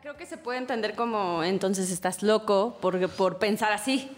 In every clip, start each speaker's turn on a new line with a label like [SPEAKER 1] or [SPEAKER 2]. [SPEAKER 1] Creo que se puede entender como entonces estás loco por, por pensar así.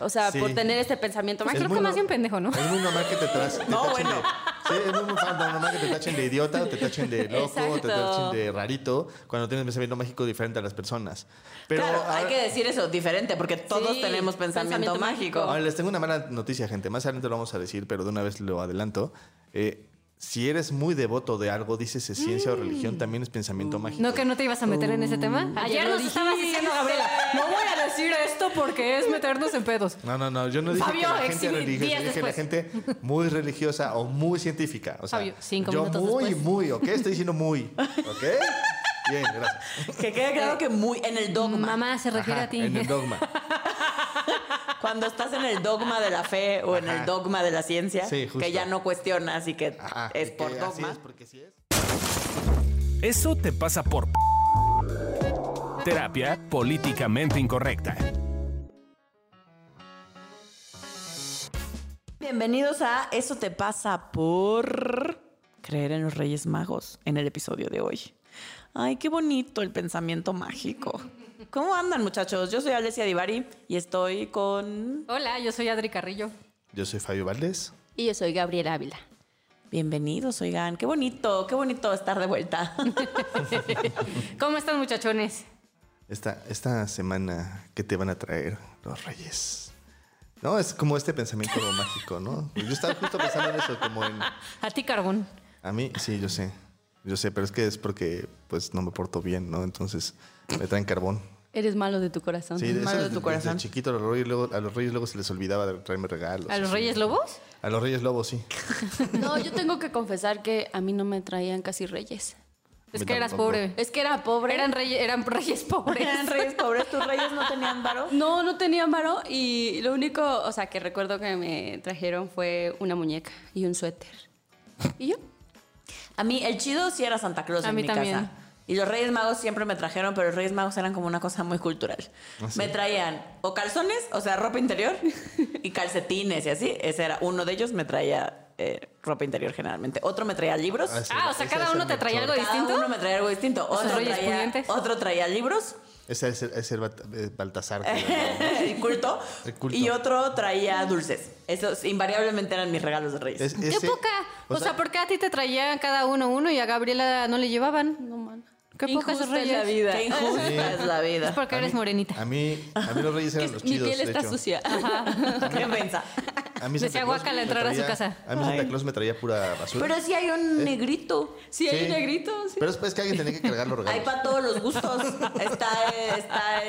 [SPEAKER 1] O sea,
[SPEAKER 2] Sí.
[SPEAKER 1] por tener este pensamiento
[SPEAKER 2] Es
[SPEAKER 1] mágico.
[SPEAKER 3] Pues creo
[SPEAKER 2] muy
[SPEAKER 3] que más
[SPEAKER 2] no-
[SPEAKER 3] bien pendejo, ¿no?
[SPEAKER 2] Es muy normal que te, tras- te
[SPEAKER 1] No,
[SPEAKER 2] tachen
[SPEAKER 1] bueno.
[SPEAKER 2] de... Sí, es muy fan- normal que te tachen de idiota, o te tachen de loco, o
[SPEAKER 1] Exacto.
[SPEAKER 2] te tachen de rarito, cuando tienes un pensamiento mágico diferente a las personas. Pero
[SPEAKER 4] claro, hay
[SPEAKER 2] ahora-
[SPEAKER 4] que decir eso, diferente, porque todos
[SPEAKER 1] Sí,
[SPEAKER 4] tenemos pensamiento,
[SPEAKER 1] pensamiento mágico.
[SPEAKER 4] mágico.
[SPEAKER 2] Ahora les tengo una mala noticia, gente. Más adelante lo vamos a decir, pero de una vez lo adelanto. Eh, si eres muy devoto de algo, dices es ciencia o religión, también es pensamiento mágico.
[SPEAKER 3] Mm. No que no te ibas a meter en ese tema.
[SPEAKER 2] Mm.
[SPEAKER 1] ya
[SPEAKER 3] Ayer
[SPEAKER 1] lo
[SPEAKER 3] nos estabas
[SPEAKER 1] dijiste.
[SPEAKER 3] diciendo, Gabriela, no voy a decir esto porque es meternos en pedos.
[SPEAKER 2] No, no, no, yo no dije
[SPEAKER 3] Fabio,
[SPEAKER 2] que la gente
[SPEAKER 3] exhibe
[SPEAKER 2] religiosa,
[SPEAKER 3] días
[SPEAKER 2] yo dije la gente muy religiosa o muy científica. O sea,
[SPEAKER 3] Fabio, cinco
[SPEAKER 2] yo
[SPEAKER 3] minutos
[SPEAKER 2] muy,
[SPEAKER 3] después.
[SPEAKER 2] muy, ¿ok? Estoy diciendo muy, ¿ok? Bien, gracias.
[SPEAKER 4] Que quede claro que muy en el dogma.
[SPEAKER 3] Mamá se refiere
[SPEAKER 2] Ajá,
[SPEAKER 3] a ti.
[SPEAKER 2] En el dogma.
[SPEAKER 4] Cuando estás en el dogma de la fe o en
[SPEAKER 2] Ajá.
[SPEAKER 4] el dogma de la ciencia,
[SPEAKER 2] Sí, justo.
[SPEAKER 4] que ya no cuestionas y que
[SPEAKER 2] Ajá,
[SPEAKER 4] es
[SPEAKER 2] y que
[SPEAKER 4] por
[SPEAKER 2] así
[SPEAKER 4] dogma.
[SPEAKER 2] es, porque así es.
[SPEAKER 5] Eso te pasa por... p- Terapia políticamente incorrecta.
[SPEAKER 4] Bienvenidos a Eso te pasa por creer en los Reyes Magos en el episodio de hoy. Ay, qué bonito el pensamiento mágico. ¿Cómo andan, muchachos? Yo soy Alessia Divari y estoy con
[SPEAKER 3] Hola, yo soy Adri Carrillo.
[SPEAKER 2] Yo soy Fabio Valdés.
[SPEAKER 1] Y yo soy Gabriela Ávila.
[SPEAKER 4] Bienvenidos, oigan, qué bonito, qué bonito estar de vuelta.
[SPEAKER 3] ¿Cómo están, muchachones?
[SPEAKER 2] Esta, esta semana, ¿qué te van a traer los reyes? No, es como este pensamiento mágico, ¿no? Yo estaba justo pensando en eso, como en...
[SPEAKER 3] A ti, Carbón.
[SPEAKER 2] A mí, sí, yo sé. Yo sé, pero es que es porque pues no me porto bien, ¿no? Entonces me traen carbón.
[SPEAKER 1] Eres malo de tu corazón.
[SPEAKER 2] Sí, de
[SPEAKER 4] Malo
[SPEAKER 2] eso
[SPEAKER 4] de tu
[SPEAKER 2] desde
[SPEAKER 4] corazón.
[SPEAKER 2] chiquito a los, reyes, luego, a los reyes luego se les olvidaba de traerme regalos.
[SPEAKER 3] ¿A los
[SPEAKER 2] así.
[SPEAKER 3] Reyes Lobos?
[SPEAKER 2] A los reyes lobos, sí.
[SPEAKER 1] No, yo tengo que confesar que a mí no me traían casi reyes.
[SPEAKER 3] Es
[SPEAKER 2] Me
[SPEAKER 3] que eras
[SPEAKER 2] tampoco.
[SPEAKER 3] pobre.
[SPEAKER 1] Es que era pobre.
[SPEAKER 3] Eran, reyes, eran reyes pobres.
[SPEAKER 4] ¿Eran reyes pobres? ¿Tus reyes no tenían varo?
[SPEAKER 1] No, no tenía varo y lo único, o sea, que recuerdo que me trajeron fue una muñeca y un suéter. ¿Y yo?
[SPEAKER 4] A mí, el chido sí era Santa Claus
[SPEAKER 3] A
[SPEAKER 4] en
[SPEAKER 3] mí
[SPEAKER 4] mi
[SPEAKER 3] también.
[SPEAKER 4] casa. Y los Reyes Magos siempre me trajeron, pero los Reyes Magos eran como una cosa muy cultural.
[SPEAKER 2] ¿Ah, sí?
[SPEAKER 4] Me traían o calzones, o sea, ropa interior, y calcetines y así. Ese era uno de ellos, me traía eh, ropa interior generalmente. Otro me traía libros.
[SPEAKER 2] Ah, sí.
[SPEAKER 3] Ah, o sea,
[SPEAKER 2] Ese
[SPEAKER 3] cada
[SPEAKER 2] es el
[SPEAKER 3] uno te traía algo
[SPEAKER 2] mejor.
[SPEAKER 4] Cada
[SPEAKER 3] distinto.
[SPEAKER 4] uno me traía algo distinto.
[SPEAKER 3] Esos
[SPEAKER 4] Otro
[SPEAKER 3] reyes
[SPEAKER 4] traía,
[SPEAKER 3] pudientes.
[SPEAKER 4] otro traía libros,
[SPEAKER 2] Ese es el, es el Bat- eh, Baltasar.
[SPEAKER 4] el culto,
[SPEAKER 2] El culto.
[SPEAKER 4] y otro traía dulces. Esos invariablemente eran mis regalos de Reyes.
[SPEAKER 2] Es-
[SPEAKER 3] ¡Qué
[SPEAKER 2] ese-
[SPEAKER 3] poca! O, sea, ¿por qué a ti te traían cada uno uno y a Gabriela no le llevaban?
[SPEAKER 1] No, man.
[SPEAKER 3] ¡Qué poca
[SPEAKER 1] Injusta
[SPEAKER 3] esos
[SPEAKER 1] es
[SPEAKER 3] reyes!
[SPEAKER 1] la vida.
[SPEAKER 4] Qué injusta
[SPEAKER 2] Sí.
[SPEAKER 4] es la
[SPEAKER 3] Es
[SPEAKER 4] vida.
[SPEAKER 3] porque
[SPEAKER 2] a
[SPEAKER 3] eres
[SPEAKER 2] mí-
[SPEAKER 3] morenita.
[SPEAKER 2] A mí, a mí los reyes eran los
[SPEAKER 1] Mi
[SPEAKER 2] chidos.
[SPEAKER 1] piel
[SPEAKER 2] de
[SPEAKER 1] está
[SPEAKER 2] hecho.
[SPEAKER 1] sucia.
[SPEAKER 4] Qué mensa.
[SPEAKER 2] A mí
[SPEAKER 3] Decía
[SPEAKER 2] Santa Claus
[SPEAKER 3] guácala
[SPEAKER 2] me
[SPEAKER 3] entrar a su
[SPEAKER 2] traía-
[SPEAKER 3] casa.
[SPEAKER 2] A mí Santa Claus me traía pura basura.
[SPEAKER 4] Pero sí hay un negrito.
[SPEAKER 1] Sí, hay
[SPEAKER 2] Sí.
[SPEAKER 1] negritos. sí.
[SPEAKER 2] Pero después que alguien tenía que cargar los
[SPEAKER 4] Hay
[SPEAKER 2] regalos.
[SPEAKER 4] para todos los gustos. Está, el- está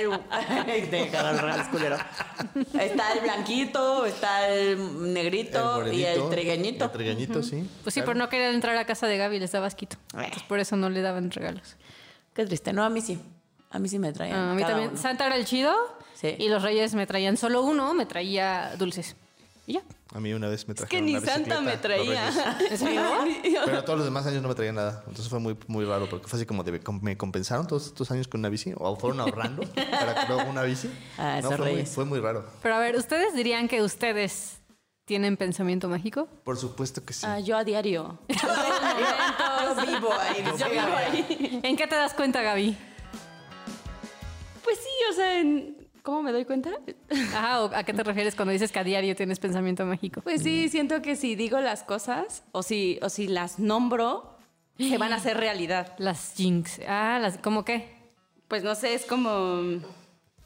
[SPEAKER 4] el. Tengo que agarrar los regalos, culero. Está el blanquito, está el negrito y el
[SPEAKER 2] morenito,
[SPEAKER 4] trigueñito.
[SPEAKER 2] El trigueñito, sí.
[SPEAKER 3] Pues sí,
[SPEAKER 2] Claro.
[SPEAKER 3] pero no querían entrar a casa de Gaby, les daba asquito.
[SPEAKER 2] Eh.
[SPEAKER 3] Entonces por eso no le daban regalos.
[SPEAKER 4] Qué triste. No, a mí sí. A mí sí me
[SPEAKER 2] Eh,
[SPEAKER 4] traían.
[SPEAKER 3] Ah, a mí
[SPEAKER 4] cada
[SPEAKER 3] también.
[SPEAKER 4] uno.
[SPEAKER 3] Santa era el chido
[SPEAKER 4] Sí.
[SPEAKER 3] y los reyes me traían solo uno, me traía dulces. Y ya.
[SPEAKER 2] A mí una vez me
[SPEAKER 1] Es
[SPEAKER 2] trajeron
[SPEAKER 1] que ni
[SPEAKER 2] una
[SPEAKER 1] santa
[SPEAKER 2] bicicleta,
[SPEAKER 1] me
[SPEAKER 2] los
[SPEAKER 1] traía.
[SPEAKER 2] Reyes.
[SPEAKER 3] ¿En serio?
[SPEAKER 2] Pero todos los demás años no me traía nada. Entonces fue muy, muy raro porque fue así como de, com- me compensaron todos estos años con una bici o fueron ahorrando para que luego una bici.
[SPEAKER 4] Ah, esos
[SPEAKER 2] fue, muy,
[SPEAKER 4] Reyes.
[SPEAKER 2] fue muy raro.
[SPEAKER 3] Pero a ver, ¿ustedes dirían que ustedes tienen pensamiento mágico?
[SPEAKER 2] Por supuesto que sí.
[SPEAKER 1] Ah, yo a diario.
[SPEAKER 4] Yo vivo ahí. dice Gabriela.
[SPEAKER 3] ¿En qué te das cuenta, Gaby?
[SPEAKER 1] Pues sí, o sea, en- ¿cómo me doy cuenta?
[SPEAKER 3] Ajá, ¿o ¿a qué te refieres cuando dices que a diario tienes pensamiento mágico?
[SPEAKER 1] Pues sí, siento que si digo las cosas o si, o si las nombro, se van a hacer realidad.
[SPEAKER 3] Las jinx. Ah, las, ¿cómo qué?
[SPEAKER 1] Pues no sé, es como...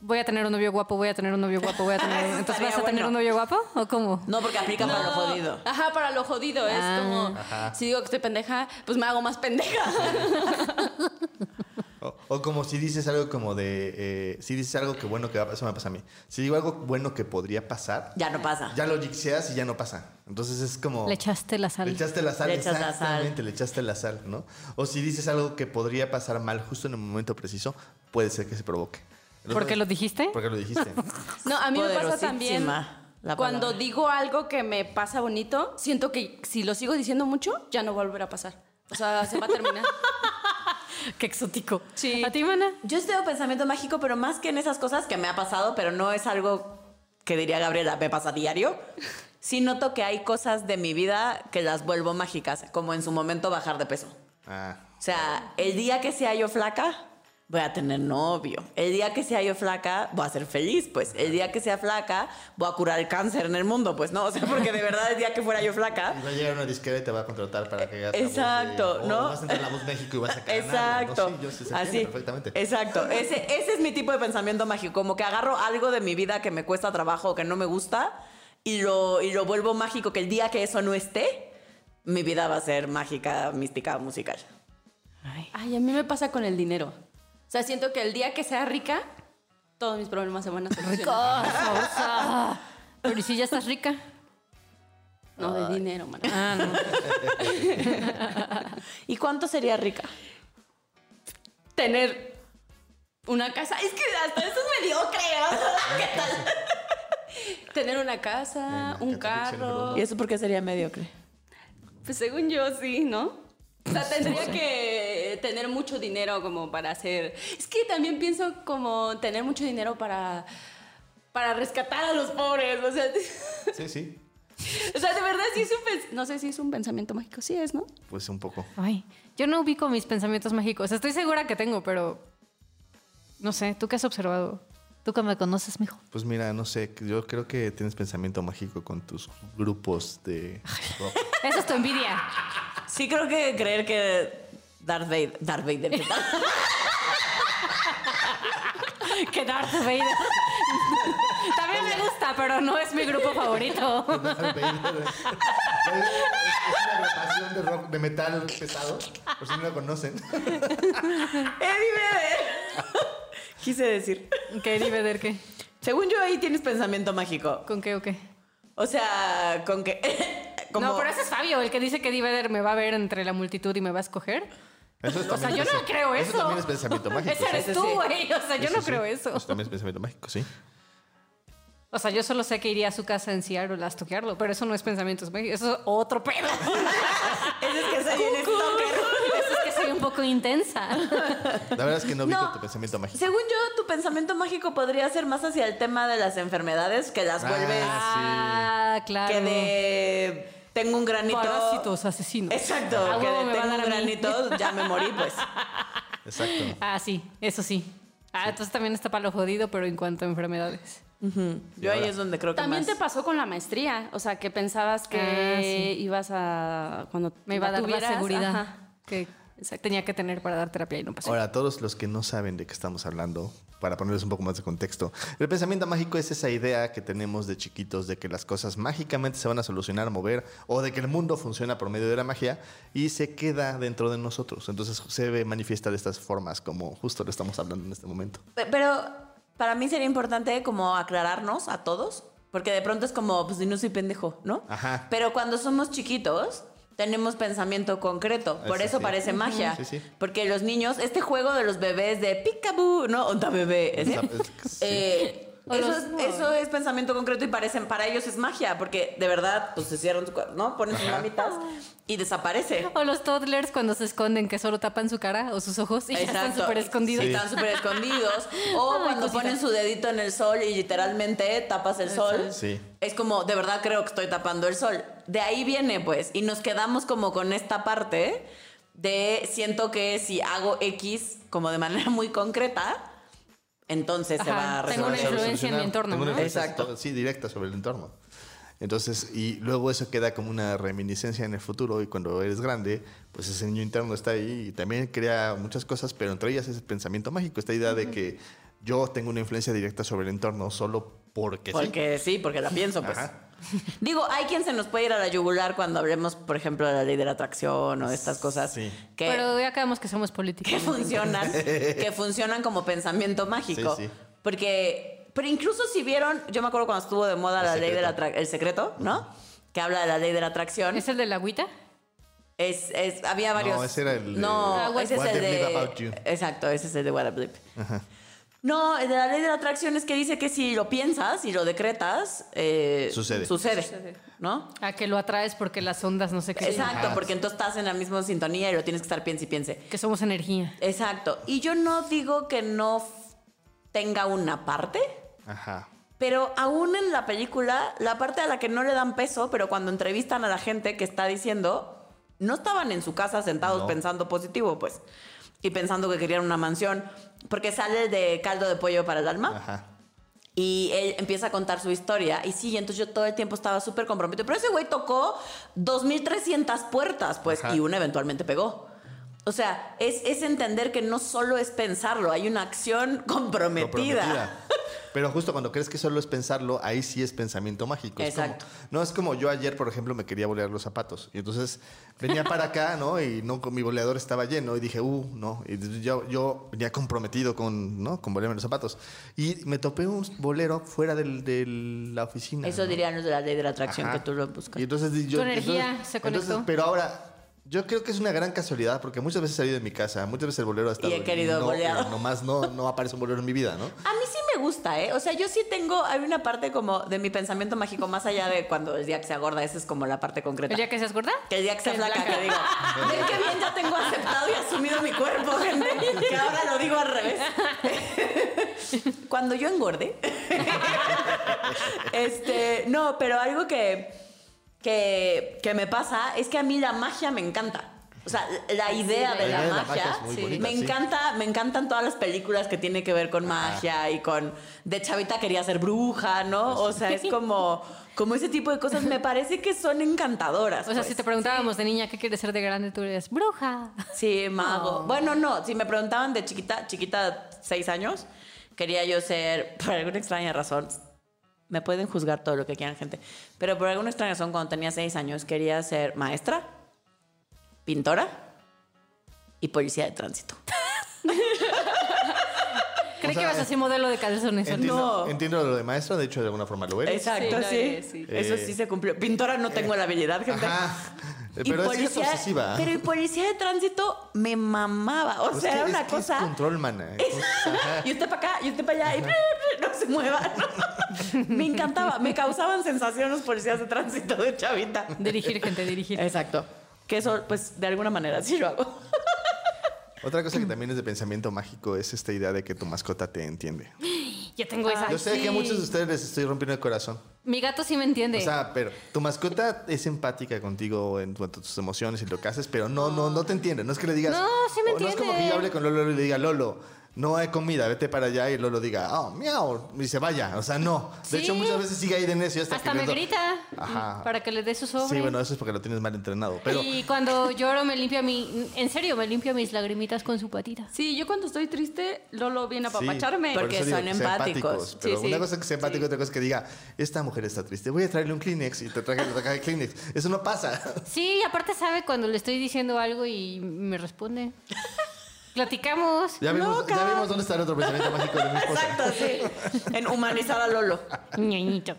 [SPEAKER 3] Voy a tener un novio guapo, voy a tener un novio guapo, voy a tener...
[SPEAKER 4] Eso
[SPEAKER 3] Entonces,
[SPEAKER 4] estaría
[SPEAKER 3] ¿vas a tener
[SPEAKER 4] bueno.
[SPEAKER 3] un novio guapo o cómo?
[SPEAKER 4] No, porque aplica para lo jodido.
[SPEAKER 1] Ajá, para lo jodido.
[SPEAKER 3] Ah.
[SPEAKER 1] Es como, si digo que estoy pendeja, pues me hago más pendeja.
[SPEAKER 2] O, o como si dices algo como de... eh, si dices algo que bueno que va a pasar, eso me pasa a mí. Si digo algo bueno que podría pasar,
[SPEAKER 4] Ya no pasa.
[SPEAKER 2] ya lo jixeas y ya no pasa. Entonces es como...
[SPEAKER 3] Le echaste la sal.
[SPEAKER 2] Le echaste la sal,
[SPEAKER 4] Le echas la sal.
[SPEAKER 2] exactamente, le echaste la sal, ¿no? O si dices algo que podría pasar mal justo en el momento preciso, puede ser que se provoque. El
[SPEAKER 3] ¿Por
[SPEAKER 2] otro-
[SPEAKER 3] qué lo dijiste?
[SPEAKER 2] Porque lo dijiste.
[SPEAKER 1] No, a mí me pasa también
[SPEAKER 4] Poderosísima la
[SPEAKER 1] cuando
[SPEAKER 4] palabra.
[SPEAKER 1] digo algo que me pasa bonito, siento que si lo sigo diciendo mucho, ya no va a volver a pasar. O sea, se va a terminar.
[SPEAKER 3] Qué exótico.
[SPEAKER 1] Sí.
[SPEAKER 3] ¿A ti, mana?
[SPEAKER 4] Yo sí tengo pensamiento mágico, pero más que en esas cosas que me ha pasado, pero no es algo que diría Gabriela, me pasa diario. Sí noto que hay cosas de mi vida que las vuelvo mágicas, como en su momento bajar de peso.
[SPEAKER 2] Ah,
[SPEAKER 4] O sea, el día que sea yo flaca, voy a tener novio. El día que sea yo flaca, voy a ser feliz, pues. El día que sea flaca, voy a curar el cáncer en el mundo, pues, ¿no? O sea, porque de verdad el día que fuera yo flaca...
[SPEAKER 2] Va a llegar una disquera y te va a contratar para que hagas la voz de-
[SPEAKER 4] Exacto,
[SPEAKER 2] o
[SPEAKER 4] ¿no?
[SPEAKER 2] Vas a entrar a la voz México y vas a ganar.
[SPEAKER 4] Exacto.
[SPEAKER 2] ¿no? Sí, yo sí se
[SPEAKER 4] Así.
[SPEAKER 2] entiende perfectamente.
[SPEAKER 4] Exacto. Ese, ese es mi tipo de pensamiento mágico. Como que agarro algo de mi vida que me cuesta trabajo o que no me gusta y lo, y lo vuelvo mágico. Que el día que eso no esté, mi vida va a ser mágica, mística, musical.
[SPEAKER 1] Ay, a mí me pasa con el dinero. O sea, siento que el día que sea rica, todos mis problemas se van a solucionar.
[SPEAKER 3] Ah, Cosa. Pero ¿y si ya estás rica.
[SPEAKER 1] No, de dinero, mano.
[SPEAKER 3] Ah, no.
[SPEAKER 4] ¿Y cuánto sería rica?
[SPEAKER 1] Tener una casa. Es que hasta eso es mediocre. o sea, ¿Qué tal? Tener una casa,
[SPEAKER 2] Venga,
[SPEAKER 1] un
[SPEAKER 2] Catarina,
[SPEAKER 1] carro.
[SPEAKER 4] ¿Y eso por qué sería mediocre?
[SPEAKER 1] Pues según yo, sí, ¿no? O sea, tendría que tener mucho dinero como para hacer... Es que también pienso como tener mucho dinero para... Para rescatar a los pobres, o sea,
[SPEAKER 2] Sí, sí.
[SPEAKER 1] o sea, de verdad sí es un pens- no sé si es un pensamiento mágico, sí es, ¿no?
[SPEAKER 2] Pues un poco.
[SPEAKER 3] Ay, yo no ubico mis pensamientos mágicos. Estoy segura que tengo, pero no sé, ¿tú qué has observado? ¿Tú que me conoces, mijo?
[SPEAKER 2] Pues mira, no sé. Yo creo que tienes pensamiento mágico con tus grupos de rock.
[SPEAKER 3] Eso es tu envidia.
[SPEAKER 4] Sí creo que creer que Darth Vader... Darth Vader, ¿qué tal?
[SPEAKER 3] que Darth Vader. También me gusta, pero no es mi grupo favorito.
[SPEAKER 2] Darth Vader. Es una agrupación de rock, de metal pesado, por si no lo conocen.
[SPEAKER 4] Eddie Vedder. Quise decir.
[SPEAKER 3] ¿Qué dime ver qué?
[SPEAKER 4] Según yo ahí tienes pensamiento mágico.
[SPEAKER 3] ¿Con qué o qué?
[SPEAKER 4] O sea, con que... como-
[SPEAKER 3] No, pero ese es Fabio, el que dice que Diveder me va a ver entre la multitud y me va a escoger.
[SPEAKER 2] Eso es
[SPEAKER 3] O sea,
[SPEAKER 2] también
[SPEAKER 3] yo no
[SPEAKER 2] pensa-
[SPEAKER 3] creo eso.
[SPEAKER 2] Eso también es pensamiento mágico.
[SPEAKER 3] Ese eres
[SPEAKER 4] Ese
[SPEAKER 3] tú,
[SPEAKER 4] sí.
[SPEAKER 3] güey. O sea, yo
[SPEAKER 2] Eso
[SPEAKER 3] no
[SPEAKER 2] sí.
[SPEAKER 3] creo eso.
[SPEAKER 2] Eso también es pensamiento mágico, sí.
[SPEAKER 3] O sea, yo solo sé que iría a su casa en Seattle a toquearlo, pero eso no es pensamientos mágicos. Eso es otro pedo.
[SPEAKER 4] Ese es que se viene stalker.
[SPEAKER 3] Eso es que soy un poco intensa.
[SPEAKER 2] La verdad es que no vi
[SPEAKER 4] No.
[SPEAKER 2] tu pensamiento mágico.
[SPEAKER 4] Según yo, tu pensamiento mágico podría ser más hacia el tema de las enfermedades que las vuelves
[SPEAKER 2] Ah,
[SPEAKER 3] Ah, claro.
[SPEAKER 4] que de tengo un granito.
[SPEAKER 3] Parásitos, asesinos.
[SPEAKER 4] Exacto,
[SPEAKER 3] Ah,
[SPEAKER 4] que
[SPEAKER 3] huevo, me
[SPEAKER 4] de
[SPEAKER 3] va a
[SPEAKER 4] tengo
[SPEAKER 3] dar
[SPEAKER 4] un
[SPEAKER 3] a mí.
[SPEAKER 4] granito, ya me morí, pues.
[SPEAKER 2] sí. Exacto.
[SPEAKER 3] Ah, sí, eso sí. Ah, entonces también está para lo jodido, pero en cuanto a enfermedades.
[SPEAKER 4] Yo ahí es donde creo que
[SPEAKER 1] También
[SPEAKER 4] más.
[SPEAKER 1] te pasó con la maestría, o sea, que pensabas que
[SPEAKER 3] Ah, sí.
[SPEAKER 1] ibas a cuando
[SPEAKER 3] Me iba a
[SPEAKER 1] la
[SPEAKER 3] dar la
[SPEAKER 1] tuvieras,
[SPEAKER 3] seguridad
[SPEAKER 1] ajá.
[SPEAKER 3] que tenía que tener para dar terapia y no pasó.
[SPEAKER 2] Ahora, todos los que no saben de qué estamos hablando, para ponerles un poco más de contexto, el pensamiento mágico es esa idea que tenemos de chiquitos de que las cosas mágicamente se van a solucionar, mover, o de que el mundo funciona por medio de la magia y se queda dentro de nosotros. Entonces se ve- manifiesta de estas formas, como justo lo estamos hablando en este momento.
[SPEAKER 4] Pe- Pero para mí sería importante como aclararnos a todos, porque de pronto es como, pues no soy pendejo, ¿no?
[SPEAKER 2] Ajá.
[SPEAKER 4] Pero cuando somos chiquitos, tenemos pensamiento concreto, por
[SPEAKER 2] Eso
[SPEAKER 4] eso
[SPEAKER 2] sí.
[SPEAKER 4] parece magia.
[SPEAKER 2] Sí, sí.
[SPEAKER 4] Porque los niños, este juego de los bebés de picaboo, ¿no? Onda bebé. ese.
[SPEAKER 2] Está- es- sí.
[SPEAKER 4] Eh,
[SPEAKER 1] O
[SPEAKER 4] eso,
[SPEAKER 1] los-
[SPEAKER 4] es, eso es pensamiento concreto y parecen, para ellos es magia, porque de verdad, pues se cierran su cuerpo, ¿no? Ponen sus mamitas y desaparece.
[SPEAKER 3] O los toddlers cuando se esconden, que solo tapan su cara o sus ojos y ya están
[SPEAKER 4] Exacto.
[SPEAKER 3] súper escondidos.
[SPEAKER 4] Y Están súper escondidos. O
[SPEAKER 3] Ay,
[SPEAKER 4] cuando
[SPEAKER 3] cosita.
[SPEAKER 4] ponen su dedito en el sol y literalmente tapas el sol.
[SPEAKER 2] Sí.
[SPEAKER 4] Es como, de verdad creo que estoy tapando el sol. De ahí viene, pues. Y nos quedamos como con esta parte de siento que si hago X como de manera muy concreta, entonces se
[SPEAKER 3] Ajá,
[SPEAKER 4] va a
[SPEAKER 3] tengo una
[SPEAKER 4] resolver.
[SPEAKER 3] influencia en
[SPEAKER 2] solucionar.
[SPEAKER 3] mi entorno,
[SPEAKER 2] Tengo una
[SPEAKER 3] ¿no?
[SPEAKER 2] influencia
[SPEAKER 4] Exacto.
[SPEAKER 2] sobre- Sí, directa sobre el entorno. Entonces, y luego eso queda como una reminiscencia en el futuro y cuando eres grande, pues ese niño interno está ahí y también crea muchas cosas, pero entre ellas es el pensamiento mágico, esta idea de que yo tengo una influencia directa sobre el entorno solo porque, sí.
[SPEAKER 4] Porque sí, porque la pienso, pues.
[SPEAKER 2] Ajá.
[SPEAKER 4] Digo, hay quien se nos puede ir a la yugular cuando hablemos, por ejemplo, de la ley de la atracción o de estas cosas.
[SPEAKER 2] Sí.
[SPEAKER 4] Que
[SPEAKER 3] Pero ya acabamos que somos políticos.
[SPEAKER 4] que funcionan, que funcionan como pensamiento mágico.
[SPEAKER 2] Sí, sí.
[SPEAKER 4] Porque, pero incluso si vieron, yo me acuerdo cuando estuvo de moda
[SPEAKER 2] El
[SPEAKER 4] la ley del
[SPEAKER 2] secreto.
[SPEAKER 4] atracción, el secreto, ¿no? Que habla de la ley de la atracción.
[SPEAKER 3] ¿Es el de la agüita?
[SPEAKER 4] Es, es- había varios.
[SPEAKER 2] ese era el de-
[SPEAKER 4] No,
[SPEAKER 3] Ah, what-
[SPEAKER 4] ese es
[SPEAKER 2] What
[SPEAKER 4] el
[SPEAKER 2] they
[SPEAKER 4] de.
[SPEAKER 2] believe about you.
[SPEAKER 4] Exacto, ese es el de What a Blip. No, el de la ley de la atracción es que dice que si lo piensas y lo decretas, eh,
[SPEAKER 2] Sucede.
[SPEAKER 4] Sucede, ¿no?
[SPEAKER 3] A que lo atraes porque las ondas no sé qué. son.
[SPEAKER 4] Exacto,
[SPEAKER 2] Ajá.
[SPEAKER 4] porque entonces estás en la misma sintonía y lo tienes que estar piense y piense.
[SPEAKER 3] Que somos energía.
[SPEAKER 4] Exacto. Y yo no digo que no f- tenga una parte,
[SPEAKER 2] Ajá.
[SPEAKER 4] pero aún en la película, la parte a la que no le dan peso, pero cuando entrevistan a la gente que está diciendo, no estaban en su casa sentados
[SPEAKER 2] No.
[SPEAKER 4] pensando positivo, pues. y pensando que querían una mansión, porque sale de caldo de pollo para el alma.
[SPEAKER 2] Ajá.
[SPEAKER 4] Y él empieza a contar su historia. Y sí, entonces yo todo el tiempo estaba súper comprometido. Pero ese güey tocó 2.300 puertas, pues,
[SPEAKER 2] Ajá.
[SPEAKER 4] y una eventualmente pegó. O sea, es, es entender que no solo es pensarlo, hay una acción comprometida.
[SPEAKER 2] comprometida. Pero justo cuando crees que solo es pensarlo, ahí sí es pensamiento mágico. Es como-
[SPEAKER 4] Exacto.
[SPEAKER 2] no es como yo ayer, por ejemplo, me quería bolear los zapatos. Y entonces venía para acá, ¿no? Y no, con- mi boleador estaba lleno. Y dije, uh, no. Y entonces yo, yo venía comprometido con, ¿no? Con bolearme los zapatos. Y me topé un bolero fuera del- de la oficina.
[SPEAKER 4] Eso
[SPEAKER 2] ¿no?
[SPEAKER 4] dirían los de la ley de la atracción
[SPEAKER 2] Ajá.
[SPEAKER 4] que tú lo buscas.
[SPEAKER 2] Y entonces di- yo.
[SPEAKER 3] Tu energía
[SPEAKER 2] entonces-
[SPEAKER 3] se conectó.
[SPEAKER 2] entonces, pero ahora, yo creo que es una gran casualidad porque muchas veces he salido de mi casa, muchas veces el bolero ha estado.
[SPEAKER 4] he querido
[SPEAKER 2] no,
[SPEAKER 4] boleado.
[SPEAKER 2] eh, Nomás no, no aparece un bolero en mi vida, ¿no?
[SPEAKER 4] A mí sí me gusta, ¿eh? O sea, yo sí tengo, hay una parte como de mi pensamiento mágico, más allá de cuando el día que se agorda, esa es como la parte concreta.
[SPEAKER 3] ¿El día que seas gorda?
[SPEAKER 4] Que el día que sea flaca, que digo, ven qué bien ya tengo aceptado y asumido mi cuerpo, gente. Que ahora lo digo al revés. Cuando yo engorde. Este, no, pero algo que, que, que me pasa es que a mí la magia me encanta. O sea, la idea
[SPEAKER 2] la
[SPEAKER 4] de la
[SPEAKER 2] idea de la
[SPEAKER 4] magia,
[SPEAKER 2] magia es muy
[SPEAKER 4] sí,
[SPEAKER 2] bonita,
[SPEAKER 4] me
[SPEAKER 2] sí.
[SPEAKER 4] encanta, me encantan todas las películas que tienen que ver con magia y con de chavita quería ser bruja, ¿no? O sea, es como como ese tipo de cosas me parece que son encantadoras.
[SPEAKER 3] O sea,
[SPEAKER 4] pues.
[SPEAKER 3] si te preguntábamos de niña qué quieres ser de grande, tú eres bruja.
[SPEAKER 4] Sí, mago. Bueno, no, si me preguntaban de chiquita, chiquita, seis años, quería yo ser, por alguna extraña razón, me pueden juzgar todo lo que quieran, gente, pero por alguna extraña razón, cuando tenía seis años, quería ser maestra, pintora y policía de tránsito.
[SPEAKER 3] Cree
[SPEAKER 2] O sea, eh,
[SPEAKER 3] que vas a ser modelo de calzones. ¿o no?
[SPEAKER 2] Entiendo,
[SPEAKER 4] No.
[SPEAKER 2] entiendo lo de maestro, de hecho, de alguna forma lo eres.
[SPEAKER 4] Exacto,
[SPEAKER 1] Sí, lo
[SPEAKER 4] sí.
[SPEAKER 1] eres, sí.
[SPEAKER 4] Eso
[SPEAKER 2] Eh,
[SPEAKER 4] sí se cumplió. Pintora no tengo la habilidad, gente.
[SPEAKER 2] Ajá. Eh,
[SPEAKER 4] Y
[SPEAKER 2] Pero es que es
[SPEAKER 4] policía-
[SPEAKER 2] obsesiva.
[SPEAKER 4] Pero el policía de tránsito me mamaba. O
[SPEAKER 2] Pues
[SPEAKER 4] sea,
[SPEAKER 2] que-
[SPEAKER 4] era
[SPEAKER 2] es
[SPEAKER 4] una
[SPEAKER 2] que es
[SPEAKER 4] cosa.
[SPEAKER 2] control, mana. Es- ajá.
[SPEAKER 4] y usted para acá, y usted para allá, y no se mueva. ¿no? Me encantaba, me causaban sensación los policías de tránsito de chavita.
[SPEAKER 3] Dirigir, gente, dirigir.
[SPEAKER 2] eh,
[SPEAKER 4] Exacto. Que eso, pues, de alguna manera sí lo hago.
[SPEAKER 2] Otra cosa que también es de pensamiento mágico es esta idea de que tu mascota te entiende.
[SPEAKER 3] Yo tengo esa.
[SPEAKER 2] Yo sé que a
[SPEAKER 3] Sí.
[SPEAKER 2] muchos de ustedes les estoy rompiendo el corazón.
[SPEAKER 3] Mi gato sí me entiende.
[SPEAKER 2] O sea, pero tu mascota es empática contigo en cuanto a tus emociones y lo que haces, pero no, no, no te entiende. No es que le digas.
[SPEAKER 3] No, sí me
[SPEAKER 2] o No es como que
[SPEAKER 3] entiende.
[SPEAKER 2] yo hable con Lolo y le diga, Lolo, no hay comida, vete para allá y Lolo diga, oh, miau, y se vaya. O sea, no. De
[SPEAKER 3] Sí.
[SPEAKER 2] hecho, muchas veces sigue ahí de necio hasta,
[SPEAKER 3] Hasta
[SPEAKER 2] que
[SPEAKER 3] me
[SPEAKER 2] les do-
[SPEAKER 3] grita
[SPEAKER 2] Ajá.
[SPEAKER 3] para que le dé su sobre.
[SPEAKER 2] Sí, bueno, eso es porque lo tienes mal entrenado. Pero
[SPEAKER 3] Y cuando lloro me limpia mi... En serio, me limpia mis lagrimitas con su patita.
[SPEAKER 1] Sí, yo cuando estoy triste, Lolo viene a
[SPEAKER 2] Sí,
[SPEAKER 1] papacharme.
[SPEAKER 2] por
[SPEAKER 4] porque
[SPEAKER 2] eso digo
[SPEAKER 4] son
[SPEAKER 2] que sean
[SPEAKER 4] empáticos.
[SPEAKER 2] Pero
[SPEAKER 1] Sí, sí.
[SPEAKER 2] una cosa es que sea empático y otra cosa es que diga, esta mujer está triste, voy a traerle un Kleenex y te traje la caja de Kleenex. Eso no pasa.
[SPEAKER 3] Sí, y aparte sabe cuando le estoy diciendo algo y me responde. Platicamos.
[SPEAKER 2] Ya vimos, ya vimos dónde está el otro pensamiento mágico de mi esposa.
[SPEAKER 4] Exacto, sí. En humanizar a Lolo.
[SPEAKER 3] Ñañito.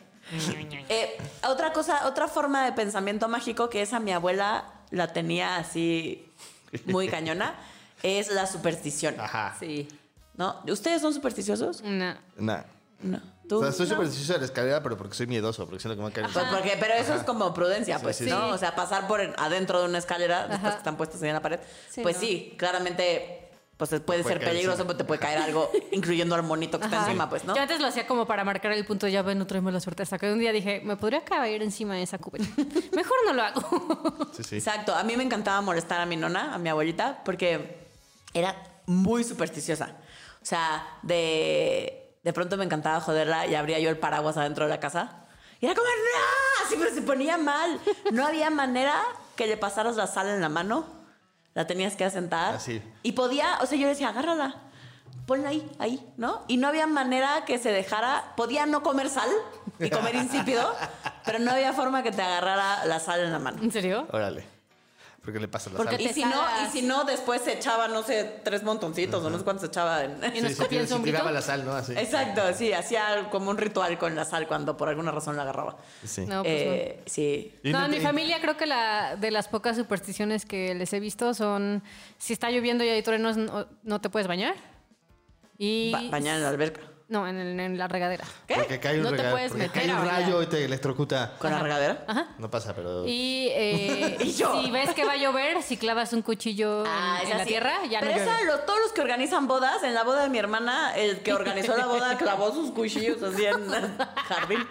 [SPEAKER 3] Ñañaña.
[SPEAKER 4] Eh, otra cosa, otra forma de pensamiento mágico que esa mi abuela la tenía así muy cañona es la superstición.
[SPEAKER 2] Ajá.
[SPEAKER 1] Sí.
[SPEAKER 4] ¿No? ¿Ustedes son supersticiosos?
[SPEAKER 3] No.
[SPEAKER 2] Nah. Mm.
[SPEAKER 4] No.
[SPEAKER 2] O
[SPEAKER 4] ¿Tú?
[SPEAKER 2] sea, soy supersticioso de la escalera, pero porque soy miedoso, porque siento que me va a caer.
[SPEAKER 4] Pues porque, pero eso es como prudencia, pues,
[SPEAKER 2] sí,
[SPEAKER 4] ¿no?
[SPEAKER 2] sí.
[SPEAKER 4] O sea, pasar por en- adentro de una escalera, después
[SPEAKER 3] Ajá.
[SPEAKER 4] que están puestas ahí en la pared,
[SPEAKER 1] Sí,
[SPEAKER 4] pues
[SPEAKER 1] no.
[SPEAKER 4] sí, claramente, pues puede
[SPEAKER 2] puede
[SPEAKER 4] ser
[SPEAKER 2] caer
[SPEAKER 4] peligroso,
[SPEAKER 2] encima.
[SPEAKER 4] pues te puede caer algo, incluyendo al monito que está
[SPEAKER 3] Ajá.
[SPEAKER 4] encima, pues, ¿no?
[SPEAKER 3] Yo antes lo hacía como para marcar el punto, ya ven, no traemos la suerte. Hasta que un día dije, me podría caer encima de esa cubeta. Mejor no lo hago.
[SPEAKER 2] Sí, sí.
[SPEAKER 4] Exacto. A mí me encantaba molestar a mi nona, a mi abuelita, porque era muy supersticiosa. O sea, de, de pronto me encantaba joderla y abría yo el paraguas adentro de la casa. Y era como, ¡no! Así, pero se ponía mal. No había manera que le pasaras la sal en la mano. La tenías que asentar.
[SPEAKER 2] Así.
[SPEAKER 4] Y podía, o sea, yo le decía, agárrala. Ponla ahí, ahí, ¿no? Y no había manera que se dejara. Podía no comer sal y comer insípido, pero no había forma que te agarrara la sal en la mano.
[SPEAKER 3] ¿En serio?
[SPEAKER 2] Órale. Porque le pasa la
[SPEAKER 3] Porque
[SPEAKER 2] sal.
[SPEAKER 3] te
[SPEAKER 4] Y si, no, y
[SPEAKER 3] jalas.
[SPEAKER 4] si no, después se echaba, no sé, tres montoncitos o no sé cuántos se echaba. en-
[SPEAKER 3] Y nos
[SPEAKER 2] Sí, sí,
[SPEAKER 3] copia el
[SPEAKER 2] sí, sí,
[SPEAKER 3] sombrito.
[SPEAKER 2] tiraba la sal, ¿no? Así.
[SPEAKER 4] Exacto, sí, hacía como un ritual con la sal cuando por alguna razón la agarraba.
[SPEAKER 2] Sí.
[SPEAKER 3] No, pues no.
[SPEAKER 4] Eh, Sí.
[SPEAKER 2] Y
[SPEAKER 3] No,
[SPEAKER 2] no
[SPEAKER 3] en mi
[SPEAKER 2] te-
[SPEAKER 3] familia creo que la de las pocas supersticiones que les he visto son si está lloviendo y hay truenos no, no te puedes bañar y
[SPEAKER 4] Ba- bañar en la alberca.
[SPEAKER 3] no en, el- en la regadera
[SPEAKER 4] ¿Qué?
[SPEAKER 2] Porque cae un,
[SPEAKER 1] No te
[SPEAKER 2] rega-
[SPEAKER 1] puedes
[SPEAKER 2] porque
[SPEAKER 1] meter
[SPEAKER 2] cae un
[SPEAKER 1] a bañar.
[SPEAKER 2] rayo y te electrocuta.
[SPEAKER 4] ¿Con la regadera?
[SPEAKER 2] No pasa, pero.
[SPEAKER 3] y, eh,
[SPEAKER 4] Y yo. Ah,
[SPEAKER 3] si ves que va a llover si clavas un cuchillo en- en,
[SPEAKER 4] esa
[SPEAKER 3] la
[SPEAKER 4] sí.
[SPEAKER 3] tierra ya
[SPEAKER 4] Pero
[SPEAKER 3] no llueve.
[SPEAKER 4] esa, lo- todos los que organizan bodas, en la boda de mi hermana, el que organizó la boda clavó sus cuchillos así en el jardín.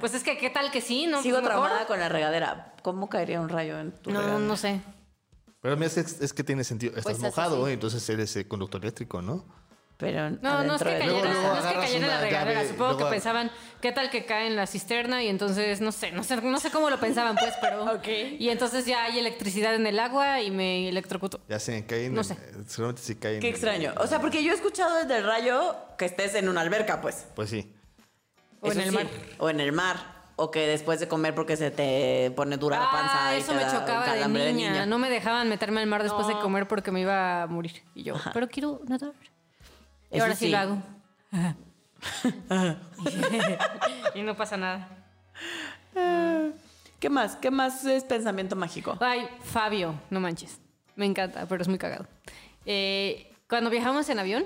[SPEAKER 3] pues es que qué tal que sí no pues
[SPEAKER 4] Sigo
[SPEAKER 3] Mejor.
[SPEAKER 4] traumada con la regadera. ¿Cómo caería un rayo en tu
[SPEAKER 3] no
[SPEAKER 4] regadera?
[SPEAKER 3] no sé
[SPEAKER 2] Pero mira, es, es que tiene sentido. Estás
[SPEAKER 1] Pues es
[SPEAKER 2] mojado,
[SPEAKER 1] así.
[SPEAKER 2] entonces eres eh, conductor eléctrico, ¿no?
[SPEAKER 4] Pero
[SPEAKER 3] No, no es,
[SPEAKER 4] adentro
[SPEAKER 3] que
[SPEAKER 4] de-
[SPEAKER 3] cayera,
[SPEAKER 2] Luego, luego
[SPEAKER 3] no es que
[SPEAKER 2] agarras
[SPEAKER 3] cayera
[SPEAKER 2] una
[SPEAKER 3] la regadera.
[SPEAKER 2] llave,
[SPEAKER 3] Supongo
[SPEAKER 2] luego-
[SPEAKER 3] que pensaban, ¿qué tal que cae en la cisterna? Y entonces, no sé, no sé, no sé cómo lo pensaban, pues, pero.
[SPEAKER 1] Ok.
[SPEAKER 3] Y entonces ya hay electricidad en el agua y me electrocutó.
[SPEAKER 2] Ya se caen.
[SPEAKER 3] No
[SPEAKER 2] en-
[SPEAKER 3] sé.
[SPEAKER 2] eh, Seguramente sí caen.
[SPEAKER 4] Qué
[SPEAKER 2] en-
[SPEAKER 4] extraño. O sea, porque yo he escuchado desde el rayo que estés en una alberca, pues.
[SPEAKER 2] Pues sí.
[SPEAKER 3] O en
[SPEAKER 4] Eso
[SPEAKER 3] el
[SPEAKER 4] sí.
[SPEAKER 3] mar.
[SPEAKER 4] O en el mar. O que después de comer porque se te pone dura la panza.
[SPEAKER 3] Ah,
[SPEAKER 4] y
[SPEAKER 3] eso
[SPEAKER 4] te
[SPEAKER 3] me
[SPEAKER 4] da un
[SPEAKER 3] chocaba de
[SPEAKER 4] calambre
[SPEAKER 3] niña. No me dejaban meterme al mar después de comer porque me iba a morir. Y yo, pero quiero nadar. Y
[SPEAKER 4] Eso
[SPEAKER 3] ahora sí.
[SPEAKER 4] sí.
[SPEAKER 3] lo hago. y no pasa nada.
[SPEAKER 4] ¿Qué más? ¿Qué más es pensamiento mágico?
[SPEAKER 3] Ay, Fabio, no manches. Me encanta, pero es muy cagado. Eh, cuando viajamos en avión,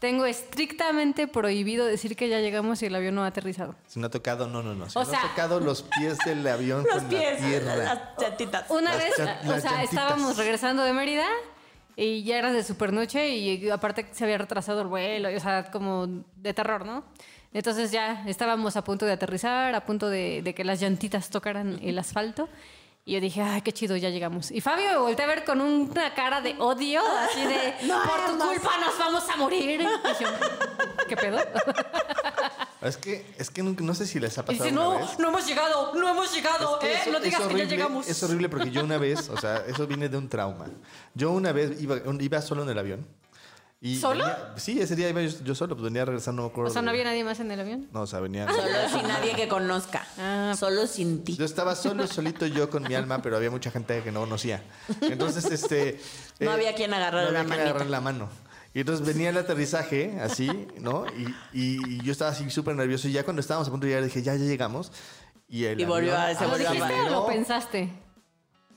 [SPEAKER 3] tengo estrictamente prohibido decir que ya llegamos y el avión no ha aterrizado.
[SPEAKER 2] Si no ha tocado, no, no, no. Si
[SPEAKER 3] O
[SPEAKER 2] no
[SPEAKER 3] sea- eh,
[SPEAKER 2] ha tocado los pies del avión
[SPEAKER 4] Los
[SPEAKER 2] con
[SPEAKER 4] pies,
[SPEAKER 2] la tierra.
[SPEAKER 4] las chatitas.
[SPEAKER 3] Una
[SPEAKER 2] Las
[SPEAKER 3] vez,
[SPEAKER 2] llan-
[SPEAKER 3] o
[SPEAKER 2] las
[SPEAKER 3] sea,
[SPEAKER 2] llantitas.
[SPEAKER 3] estábamos regresando de Mérida y ya era de supernoche y aparte se había retrasado el vuelo, y, o sea, como de terror, ¿no? Entonces ya estábamos a punto de aterrizar, a punto de, de que las llantitas tocaran el asfalto. Y yo dije, ay, qué chido, ya llegamos. Y Fabio me volteé a ver con una cara de odio, así de,
[SPEAKER 4] No
[SPEAKER 3] por tu
[SPEAKER 4] hagas".
[SPEAKER 3] culpa nos vamos a morir. Y yo, ¿qué pedo?
[SPEAKER 2] Es que, es que nunca- no, sé si les ha
[SPEAKER 3] Y
[SPEAKER 2] pasado
[SPEAKER 3] dice,
[SPEAKER 2] una
[SPEAKER 3] no,
[SPEAKER 2] vez.
[SPEAKER 3] no hemos llegado, no hemos
[SPEAKER 2] Es
[SPEAKER 3] llegado,
[SPEAKER 2] que
[SPEAKER 3] ¿eh?
[SPEAKER 2] eso-
[SPEAKER 3] no
[SPEAKER 2] es
[SPEAKER 3] digas
[SPEAKER 2] horrible,
[SPEAKER 3] que ya llegamos.
[SPEAKER 2] Es horrible porque yo una vez, o sea, eso viene de un trauma. Yo una vez iba, iba solo en el avión. Y
[SPEAKER 3] ¿Solo?
[SPEAKER 2] venía- sí, ese día iba yo, yo solo, pues venía regresando, no me acuerdo
[SPEAKER 3] O sea, ¿no
[SPEAKER 2] de-
[SPEAKER 3] había Ah, nadie más en el avión?
[SPEAKER 2] No, o sea, venía.
[SPEAKER 4] Solo sin nadie que conozca.
[SPEAKER 3] Ah.
[SPEAKER 4] Solo sin ti.
[SPEAKER 2] Yo estaba solo, solito yo con mi alma, pero había mucha gente que no conocía. Entonces, este.
[SPEAKER 4] No había quien agarrara
[SPEAKER 2] no había
[SPEAKER 4] la
[SPEAKER 2] quien
[SPEAKER 4] manita.
[SPEAKER 2] agarrar la mano. Y entonces venía el aterrizaje, así, ¿no? Y, y- y yo estaba así súper nervioso. Y ya cuando estábamos a punto de llegar, dije, ya, ya llegamos. Y, el
[SPEAKER 4] Y volvió
[SPEAKER 2] avión
[SPEAKER 4] a- se
[SPEAKER 3] ¿Lo
[SPEAKER 4] volvió a
[SPEAKER 3] dijiste o
[SPEAKER 2] aceleró.
[SPEAKER 3] lo pensaste?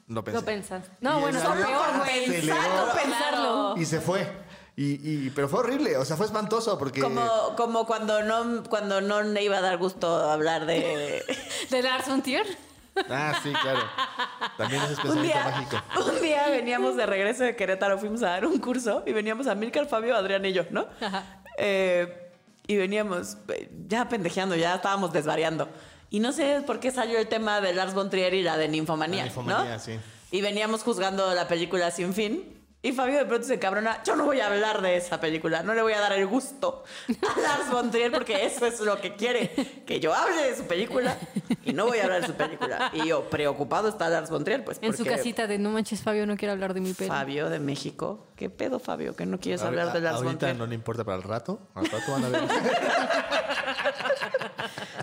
[SPEAKER 2] Lo pensé.
[SPEAKER 3] Lo pensaste.
[SPEAKER 2] Y
[SPEAKER 3] No,
[SPEAKER 2] el
[SPEAKER 3] bueno, está
[SPEAKER 2] avión
[SPEAKER 3] peor, güey.
[SPEAKER 2] aceleró.
[SPEAKER 3] Exacto, pensarlo.
[SPEAKER 2] Y se fue. Y, y- pero fue horrible, o sea, fue espantoso porque.
[SPEAKER 4] Como, como cuando no cuando no le iba a dar gusto hablar de
[SPEAKER 3] ¿De Lars von Trier?
[SPEAKER 2] Ah, sí, claro. También ese es
[SPEAKER 4] un
[SPEAKER 2] pensamiento
[SPEAKER 4] día
[SPEAKER 2] mágico.
[SPEAKER 4] un día veníamos de regreso de Querétaro fuimos a dar un curso y veníamos a Milcar Fabio Adrián y yo no
[SPEAKER 3] Ajá.
[SPEAKER 4] Eh, y veníamos eh, ya pendejeando ya estábamos desvariando y no sé por qué salió el tema de Lars von Trier y la de ninfomanía,
[SPEAKER 2] La ninfomanía,
[SPEAKER 4] ¿no?
[SPEAKER 2] sí.
[SPEAKER 4] y veníamos juzgando la película sin fin y Fabio de pronto se encabrona, yo no voy a hablar de esa película, no le voy a dar el gusto a Lars von Trier porque eso es lo que quiere, que yo hable de su película y no voy a hablar de su película. Y yo, preocupado está Lars von Trier, pues
[SPEAKER 3] En su
[SPEAKER 4] porque
[SPEAKER 3] casita de no manches, Fabio, no quiero hablar de mi pelo.
[SPEAKER 4] Fabio de México, ¿qué pedo Fabio? Que no quieres hablar de
[SPEAKER 2] Ahorita-
[SPEAKER 4] Lars von
[SPEAKER 2] Ahorita
[SPEAKER 4] Trier.
[SPEAKER 2] no le importa para el rato. Al rato van a ver.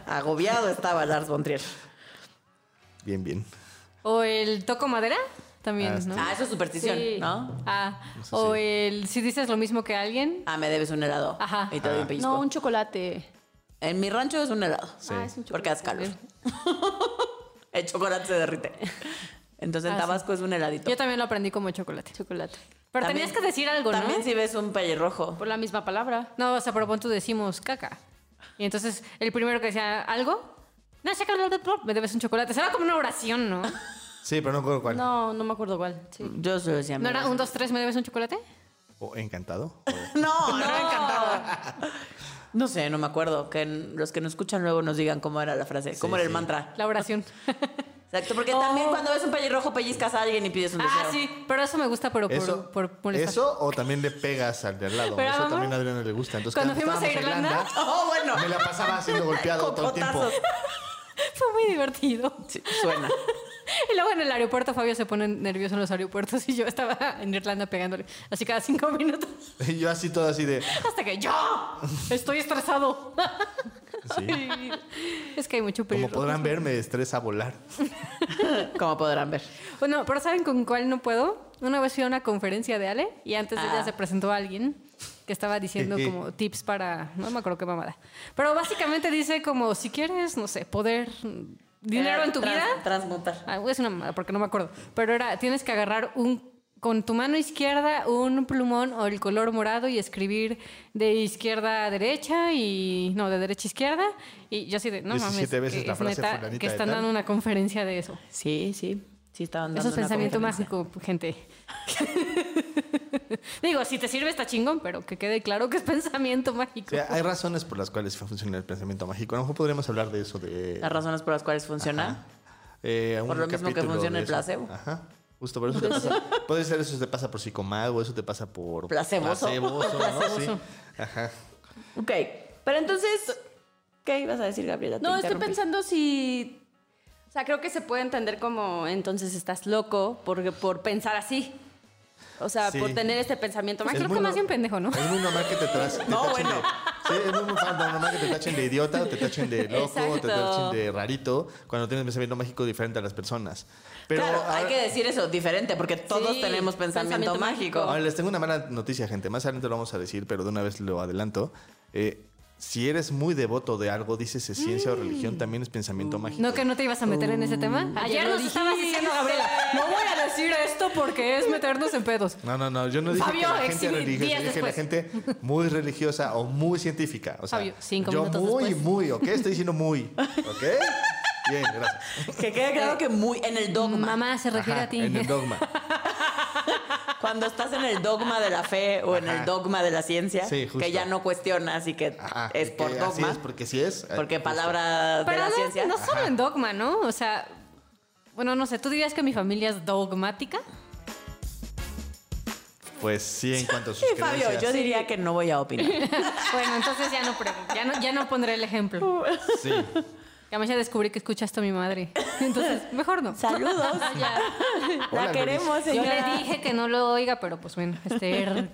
[SPEAKER 4] Agobiado estaba Lars von Trier.
[SPEAKER 2] Bien, bien.
[SPEAKER 3] O el toco madera también,
[SPEAKER 2] Ah,
[SPEAKER 3] ¿no?
[SPEAKER 4] Ah, eso es superstición,
[SPEAKER 3] Sí.
[SPEAKER 4] ¿no?
[SPEAKER 3] Ah,
[SPEAKER 2] Eso
[SPEAKER 3] o
[SPEAKER 2] sí.
[SPEAKER 3] el si dices lo mismo que alguien.
[SPEAKER 4] Ah, me debes un helado.
[SPEAKER 3] Ajá.
[SPEAKER 4] Y te doy un
[SPEAKER 2] Ah.
[SPEAKER 4] pellizco.
[SPEAKER 1] No, un chocolate.
[SPEAKER 4] En mi rancho es un helado.
[SPEAKER 1] Ah, es un
[SPEAKER 4] Porque hace calor.
[SPEAKER 1] chocolate.
[SPEAKER 4] El chocolate se derrite. Entonces en
[SPEAKER 3] Ah, sí.
[SPEAKER 4] Tabasco es un heladito.
[SPEAKER 3] Yo también lo aprendí como chocolate.
[SPEAKER 1] Chocolate.
[SPEAKER 3] Pero
[SPEAKER 4] También-
[SPEAKER 3] tenías que decir algo, ¿no?
[SPEAKER 4] También si ves un pelirrojo.
[SPEAKER 1] Por la misma palabra.
[SPEAKER 3] No, o sea, por punto decimos caca. Y entonces el primero que decía algo, no sé qué hablar de me debes un chocolate. Será como una oración, ¿no?
[SPEAKER 2] Sí, pero no recuerdo cuál.
[SPEAKER 1] No, no me acuerdo cuál. Sí.
[SPEAKER 4] Yo se lo decía. a mi
[SPEAKER 3] ¿No era
[SPEAKER 4] mamá.
[SPEAKER 3] un, dos, tres, me debes un chocolate?
[SPEAKER 2] O encantado. o-
[SPEAKER 4] No, no, encantaba. No sé, no me acuerdo. Que en- los que nos escuchan luego nos digan cómo era la frase, cómo era el
[SPEAKER 2] sí.
[SPEAKER 4] mantra.
[SPEAKER 3] La oración.
[SPEAKER 4] Exacto, porque también cuando ves un pelirrojo pellizcas a alguien y pides un deseo.
[SPEAKER 3] Oh. Ah, sí, pero eso me gusta, pero por,
[SPEAKER 2] Eso,
[SPEAKER 3] por molestar.
[SPEAKER 2] eso o también le pegas al de al lado.
[SPEAKER 3] Pero,
[SPEAKER 2] eso
[SPEAKER 3] mamá,
[SPEAKER 2] también a Adriana le gusta. Entonces,
[SPEAKER 3] cuando fuimos a
[SPEAKER 2] estábamos en
[SPEAKER 3] Irlanda-
[SPEAKER 4] Oh, bueno.
[SPEAKER 2] me la pasaba siendo golpeado todo el tiempo.
[SPEAKER 4] Cocotazos.
[SPEAKER 3] Fue muy divertido.
[SPEAKER 4] Sí, suena.
[SPEAKER 3] Y luego en el aeropuerto Fabio se pone nervioso en los aeropuertos y yo estaba en Irlanda pegándole. Así cada cinco minutos.
[SPEAKER 2] Y yo así todo así de.
[SPEAKER 3] Hasta que yo estoy estresado.
[SPEAKER 2] sí.
[SPEAKER 3] Es que hay mucho
[SPEAKER 2] Como
[SPEAKER 3] peligro.
[SPEAKER 2] podrán ver, me estresa volar.
[SPEAKER 4] Como podrán ver.
[SPEAKER 3] Bueno, pero ¿saben con cuál no puedo? Una vez fui a una conferencia de Ale y antes de
[SPEAKER 4] Ah.
[SPEAKER 3] ella se presentó alguien que estaba diciendo como tips para... No me acuerdo qué mamada. Pero básicamente dice como si quieres, no sé, poder... Dinero en tu
[SPEAKER 4] Trans-
[SPEAKER 3] vida.
[SPEAKER 4] Transmutar.
[SPEAKER 3] Ah, es una mamada porque no me acuerdo. Pero era, tienes que agarrar un con tu mano izquierda un plumón o el color morado y escribir de izquierda a derecha y no, de derecha a izquierda. Y yo así de, no mames,
[SPEAKER 2] 17 veces
[SPEAKER 3] que,
[SPEAKER 2] la
[SPEAKER 3] es
[SPEAKER 2] frase
[SPEAKER 3] neta
[SPEAKER 2] fulanita
[SPEAKER 3] que
[SPEAKER 2] de
[SPEAKER 3] están
[SPEAKER 2] tal.
[SPEAKER 3] dando una conferencia de eso.
[SPEAKER 4] Sí, sí. Sí, estaban dando
[SPEAKER 3] Eso es
[SPEAKER 4] una
[SPEAKER 3] pensamiento
[SPEAKER 4] conferencia.
[SPEAKER 3] mágico, gente. Digo, si te sirve está chingón, pero que quede claro que es pensamiento
[SPEAKER 2] O
[SPEAKER 3] mágico.
[SPEAKER 2] sea, hay razones por las cuales funciona el pensamiento mágico. A lo mejor podríamos hablar de eso de.
[SPEAKER 4] Las razones por las cuales funciona.
[SPEAKER 2] Eh,
[SPEAKER 4] Por
[SPEAKER 2] un
[SPEAKER 4] lo mismo que
[SPEAKER 2] capítulo
[SPEAKER 4] funciona
[SPEAKER 2] de
[SPEAKER 4] el
[SPEAKER 2] eso.
[SPEAKER 4] placebo.
[SPEAKER 2] Ajá. Justo por eso te pasa. Puede ser eso te pasa por psicomago, eso te pasa por.
[SPEAKER 4] Placeboso.
[SPEAKER 2] Placeboso, ¿no?
[SPEAKER 3] Placeboso.
[SPEAKER 2] Sí. Ajá.
[SPEAKER 4] Ok, pero entonces, ¿qué ibas a decir, Gabriela? Te
[SPEAKER 1] No, estoy
[SPEAKER 4] interrumpí.
[SPEAKER 1] pensando si. O sea, creo que se puede entender como entonces estás loco por, por pensar así. O sea,
[SPEAKER 2] Sí.
[SPEAKER 1] por tener este pensamiento
[SPEAKER 2] Es
[SPEAKER 1] mágico.
[SPEAKER 3] creo que
[SPEAKER 2] muy
[SPEAKER 3] más
[SPEAKER 2] no-
[SPEAKER 3] bien pendejo, ¿no?
[SPEAKER 2] Es muy normal que te, tras- te
[SPEAKER 4] No,
[SPEAKER 2] tachen
[SPEAKER 4] bueno.
[SPEAKER 2] de- sí, es muy fan- normal que te tachen de idiota, o te tachen de loco, o te
[SPEAKER 1] Exacto.
[SPEAKER 2] tachen de rarito, cuando tienes pensamiento mágico diferente a las personas. Pero
[SPEAKER 4] claro, hay
[SPEAKER 2] ahora-
[SPEAKER 4] que decir eso, diferente, porque todos
[SPEAKER 1] Sí,
[SPEAKER 4] tenemos pensamiento,
[SPEAKER 1] pensamiento
[SPEAKER 4] mágico.
[SPEAKER 1] mágico.
[SPEAKER 2] Ahora les tengo una mala noticia, gente. Más adelante lo vamos a decir, pero de una vez lo adelanto. Eh, si eres muy devoto de algo, dices es ciencia o religión, también es pensamiento mágico.
[SPEAKER 3] Mm. No, que no te ibas a meter en ese tema. Ayer
[SPEAKER 1] Mm. lo
[SPEAKER 3] nos estabas
[SPEAKER 1] dijiste.
[SPEAKER 3] diciendo, Gabriela, no voy a decir esto porque es meternos en pedos.
[SPEAKER 2] No, no, no, yo no dije
[SPEAKER 3] Fabio,
[SPEAKER 2] que la gente
[SPEAKER 3] exhibí
[SPEAKER 2] religiosa,
[SPEAKER 3] días
[SPEAKER 2] yo dije la gente muy religiosa o muy científica. O sea,
[SPEAKER 3] Fabio, cinco
[SPEAKER 2] yo
[SPEAKER 3] minutos
[SPEAKER 2] muy,
[SPEAKER 3] después.
[SPEAKER 2] muy, ¿ok? Estoy diciendo muy, ¿ok? Bien, gracias.
[SPEAKER 4] Que quede claro que muy en el dogma.
[SPEAKER 3] Mamá se refiere
[SPEAKER 2] Ajá,
[SPEAKER 3] a ti.
[SPEAKER 2] En el dogma.
[SPEAKER 4] Cuando estás en el dogma de la fe o en
[SPEAKER 2] Ajá.
[SPEAKER 4] el dogma de la ciencia,
[SPEAKER 2] Sí, justo.
[SPEAKER 4] que ya no cuestionas y que
[SPEAKER 2] Ajá,
[SPEAKER 4] es
[SPEAKER 2] y que
[SPEAKER 4] por
[SPEAKER 2] así
[SPEAKER 4] dogma,
[SPEAKER 2] es, porque sí es. eh,
[SPEAKER 4] porque
[SPEAKER 2] Justo.
[SPEAKER 4] palabra de
[SPEAKER 3] Pero
[SPEAKER 4] la
[SPEAKER 3] no,
[SPEAKER 4] ciencia.
[SPEAKER 3] no solo en dogma, ¿no? O sea, bueno, no sé, ¿tú dirías que mi familia es dogmática?
[SPEAKER 2] Pues sí, en cuanto a sus
[SPEAKER 4] Sí, Fabio,
[SPEAKER 2] creencias.
[SPEAKER 4] yo diría que no voy a opinar.
[SPEAKER 3] Bueno, entonces ya no, pregun- ya no, ya no pondré el ejemplo.
[SPEAKER 2] Sí.
[SPEAKER 3] Además ya descubrí que escucha esto mi madre. Entonces, mejor no.
[SPEAKER 4] Saludos.
[SPEAKER 3] Ah, ya.
[SPEAKER 2] Hola,
[SPEAKER 4] La
[SPEAKER 2] Luis.
[SPEAKER 4] queremos,
[SPEAKER 3] Yo le
[SPEAKER 4] señora.
[SPEAKER 3] dije que no lo oiga, pero pues bueno, este...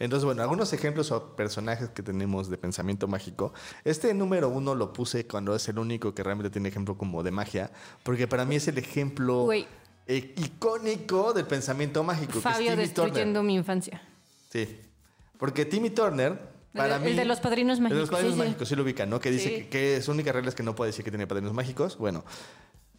[SPEAKER 2] Entonces, bueno, algunos ejemplos o personajes que tenemos de pensamiento mágico. Este número uno lo puse cuando es el único que realmente tiene ejemplo como de magia, porque para mí es el ejemplo
[SPEAKER 3] Güey.
[SPEAKER 2] eh, icónico del pensamiento mágico. que es
[SPEAKER 3] Fabio
[SPEAKER 2] Timmy Turner.
[SPEAKER 3] destruyendo mi infancia.
[SPEAKER 2] Sí. Porque Timmy Turner, para
[SPEAKER 3] el
[SPEAKER 2] mí.
[SPEAKER 3] de los padrinos
[SPEAKER 2] El de los
[SPEAKER 3] mágicos,
[SPEAKER 2] padrinos
[SPEAKER 3] sí, sí.
[SPEAKER 2] mágicos, sí lo ubican, ¿no? Que dice
[SPEAKER 3] Sí.
[SPEAKER 2] que, que su única regla es que no puede decir que tiene padrinos mágicos. Bueno,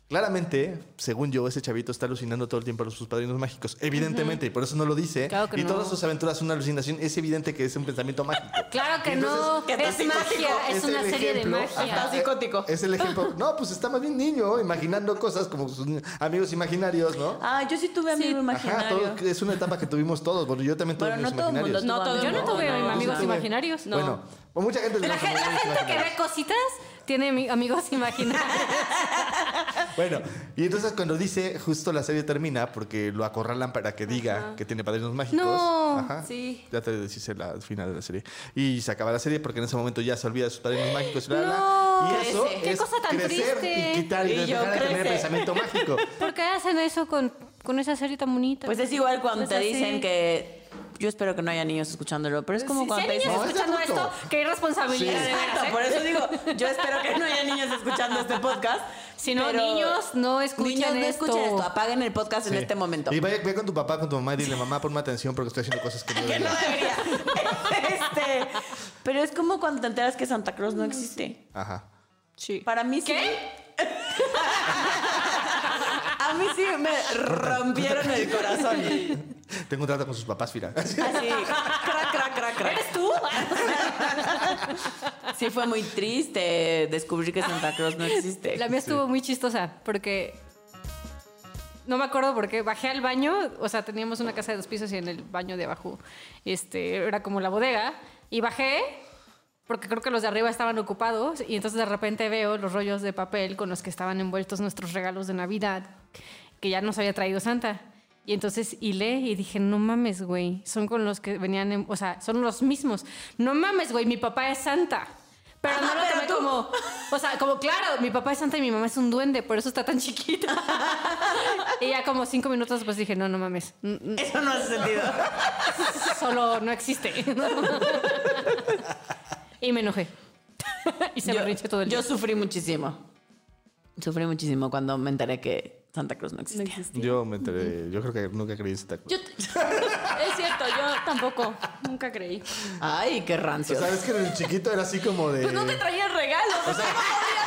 [SPEAKER 2] claramente, según yo, ese chavito está alucinando todo el tiempo a sus padrinos mágicos. Evidentemente, y por eso no lo dice.
[SPEAKER 3] Claro que
[SPEAKER 2] y
[SPEAKER 3] no.
[SPEAKER 2] todas sus aventuras son una alucinación. Es evidente que es un pensamiento mágico.
[SPEAKER 3] Claro que no,
[SPEAKER 4] ¿qué tal
[SPEAKER 3] es
[SPEAKER 4] si
[SPEAKER 3] magia,
[SPEAKER 4] contigo
[SPEAKER 3] es una
[SPEAKER 2] el
[SPEAKER 3] serie
[SPEAKER 2] ejemplo-
[SPEAKER 3] de magia.
[SPEAKER 4] Ajá. Está psicótico.
[SPEAKER 2] Es el ejemplo. No, pues está más bien niño, imaginando cosas como sus ni- amigos imaginarios, ¿no?
[SPEAKER 4] Ah, yo sí tuve amigo
[SPEAKER 2] Ajá,
[SPEAKER 4] imaginario.
[SPEAKER 2] todo- es una etapa que tuvimos todos. Bueno, yo también tuve
[SPEAKER 4] Bueno, no
[SPEAKER 2] amigos
[SPEAKER 4] todo el mundo
[SPEAKER 2] imaginarios.
[SPEAKER 1] No,
[SPEAKER 4] tuvo
[SPEAKER 1] todo-
[SPEAKER 3] Yo no
[SPEAKER 4] amigos.
[SPEAKER 3] tuve
[SPEAKER 4] No, no,
[SPEAKER 3] amigos
[SPEAKER 2] tuve.
[SPEAKER 3] imaginarios. No.
[SPEAKER 2] Bueno, pues mucha gente
[SPEAKER 3] la,
[SPEAKER 2] tenemos
[SPEAKER 3] gen- la
[SPEAKER 2] amigos
[SPEAKER 3] gente que
[SPEAKER 2] imaginarios.
[SPEAKER 3] ve cositas tiene ami- amigos imaginarios.
[SPEAKER 2] Bueno, y entonces cuando dice, justo la serie termina porque lo acorralan para que diga que tiene padrinos mágicos.
[SPEAKER 3] No,
[SPEAKER 1] sí.
[SPEAKER 2] Ya te deshice la final de la serie. Y se acaba la serie porque en ese momento ya se olvida de sus padrinos mágicos. bla, bla.
[SPEAKER 3] No,
[SPEAKER 2] y eso
[SPEAKER 3] Qué
[SPEAKER 2] es
[SPEAKER 3] cosa tan
[SPEAKER 2] crecer
[SPEAKER 3] triste.
[SPEAKER 2] y quitar y,
[SPEAKER 4] Y yo
[SPEAKER 2] dejar de tener
[SPEAKER 4] crece.
[SPEAKER 2] pensamiento mágico.
[SPEAKER 3] ¿Por qué hacen eso con, con esa serie tan bonita?
[SPEAKER 4] Pues es igual cuando
[SPEAKER 3] Pues
[SPEAKER 4] te
[SPEAKER 3] así. Pues
[SPEAKER 4] dicen que. Yo espero que no haya niños escuchándolo, pero es como
[SPEAKER 3] Si- si
[SPEAKER 4] cuando
[SPEAKER 3] hay
[SPEAKER 4] te dicen.
[SPEAKER 2] No,
[SPEAKER 3] niños
[SPEAKER 2] es de
[SPEAKER 3] escuchando
[SPEAKER 2] adulto.
[SPEAKER 3] esto, qué irresponsabilidad.
[SPEAKER 2] Sí.
[SPEAKER 3] de veras,
[SPEAKER 4] Exacto,
[SPEAKER 3] ¿eh?
[SPEAKER 4] por eso digo, yo espero que no haya niños escuchando este podcast.
[SPEAKER 3] Si no,
[SPEAKER 4] pero-
[SPEAKER 3] niños, no escuchen
[SPEAKER 4] Niños, no escuchen
[SPEAKER 3] esto.
[SPEAKER 4] esto. Apaguen el podcast
[SPEAKER 2] Sí.
[SPEAKER 4] en este momento.
[SPEAKER 2] Y ve, ve con tu papá, con tu mamá y dile, mamá, ponme atención porque estoy haciendo cosas que no
[SPEAKER 4] que no
[SPEAKER 2] debería".
[SPEAKER 4] debería. Este, pero es como cuando te enteras que Santa Claus no existe.
[SPEAKER 2] Ajá.
[SPEAKER 3] Sí.
[SPEAKER 4] Para mí sí.
[SPEAKER 3] ¿Qué?
[SPEAKER 4] A mí sí me rompieron el corazón.
[SPEAKER 2] Tengo un trato con sus papás, Fira.
[SPEAKER 4] Así, crac, crac, crac, crac.
[SPEAKER 3] ¿Eres tú?
[SPEAKER 4] Sí fue muy triste descubrir que Santa Claus no existe.
[SPEAKER 3] La mía estuvo muy chistosa porque no me acuerdo porque bajé al baño, o sea, teníamos una casa de dos pisos y en el baño de abajo este, era como la bodega y bajé porque creo que los de arriba estaban ocupados y entonces de repente veo los rollos de papel con los que estaban envueltos nuestros regalos de Navidad que ya nos había traído Santa. Y entonces hilé y dije, no mames, güey, son con los que venían, en- o sea, son los mismos. No mames, güey, mi papá es Santa. Pero no lo
[SPEAKER 4] pero
[SPEAKER 3] tomé
[SPEAKER 4] tú-
[SPEAKER 3] como o sea, como claro, mi papá es santa y mi mamá es un duende, por eso está tan chiquita. y ya como cinco minutos después dije, no, no mames, n- n-
[SPEAKER 4] Eso no hace sentido.
[SPEAKER 3] solo no existe. y me enojé. y se me rinché todo el
[SPEAKER 4] yo
[SPEAKER 3] día.
[SPEAKER 4] sufrí muchísimo. Sufrí muchísimo cuando me enteré que Santa Cruz no existía.
[SPEAKER 2] Yo me enteré, yo creo que nunca creí en Santa Claus.
[SPEAKER 1] Yo t- es cierto, yo tampoco. Nunca creí.
[SPEAKER 4] Ay, qué rancio.
[SPEAKER 2] ¿Sabes que el chiquito era así como de...
[SPEAKER 1] Pues no te traía regalos.
[SPEAKER 2] O sea,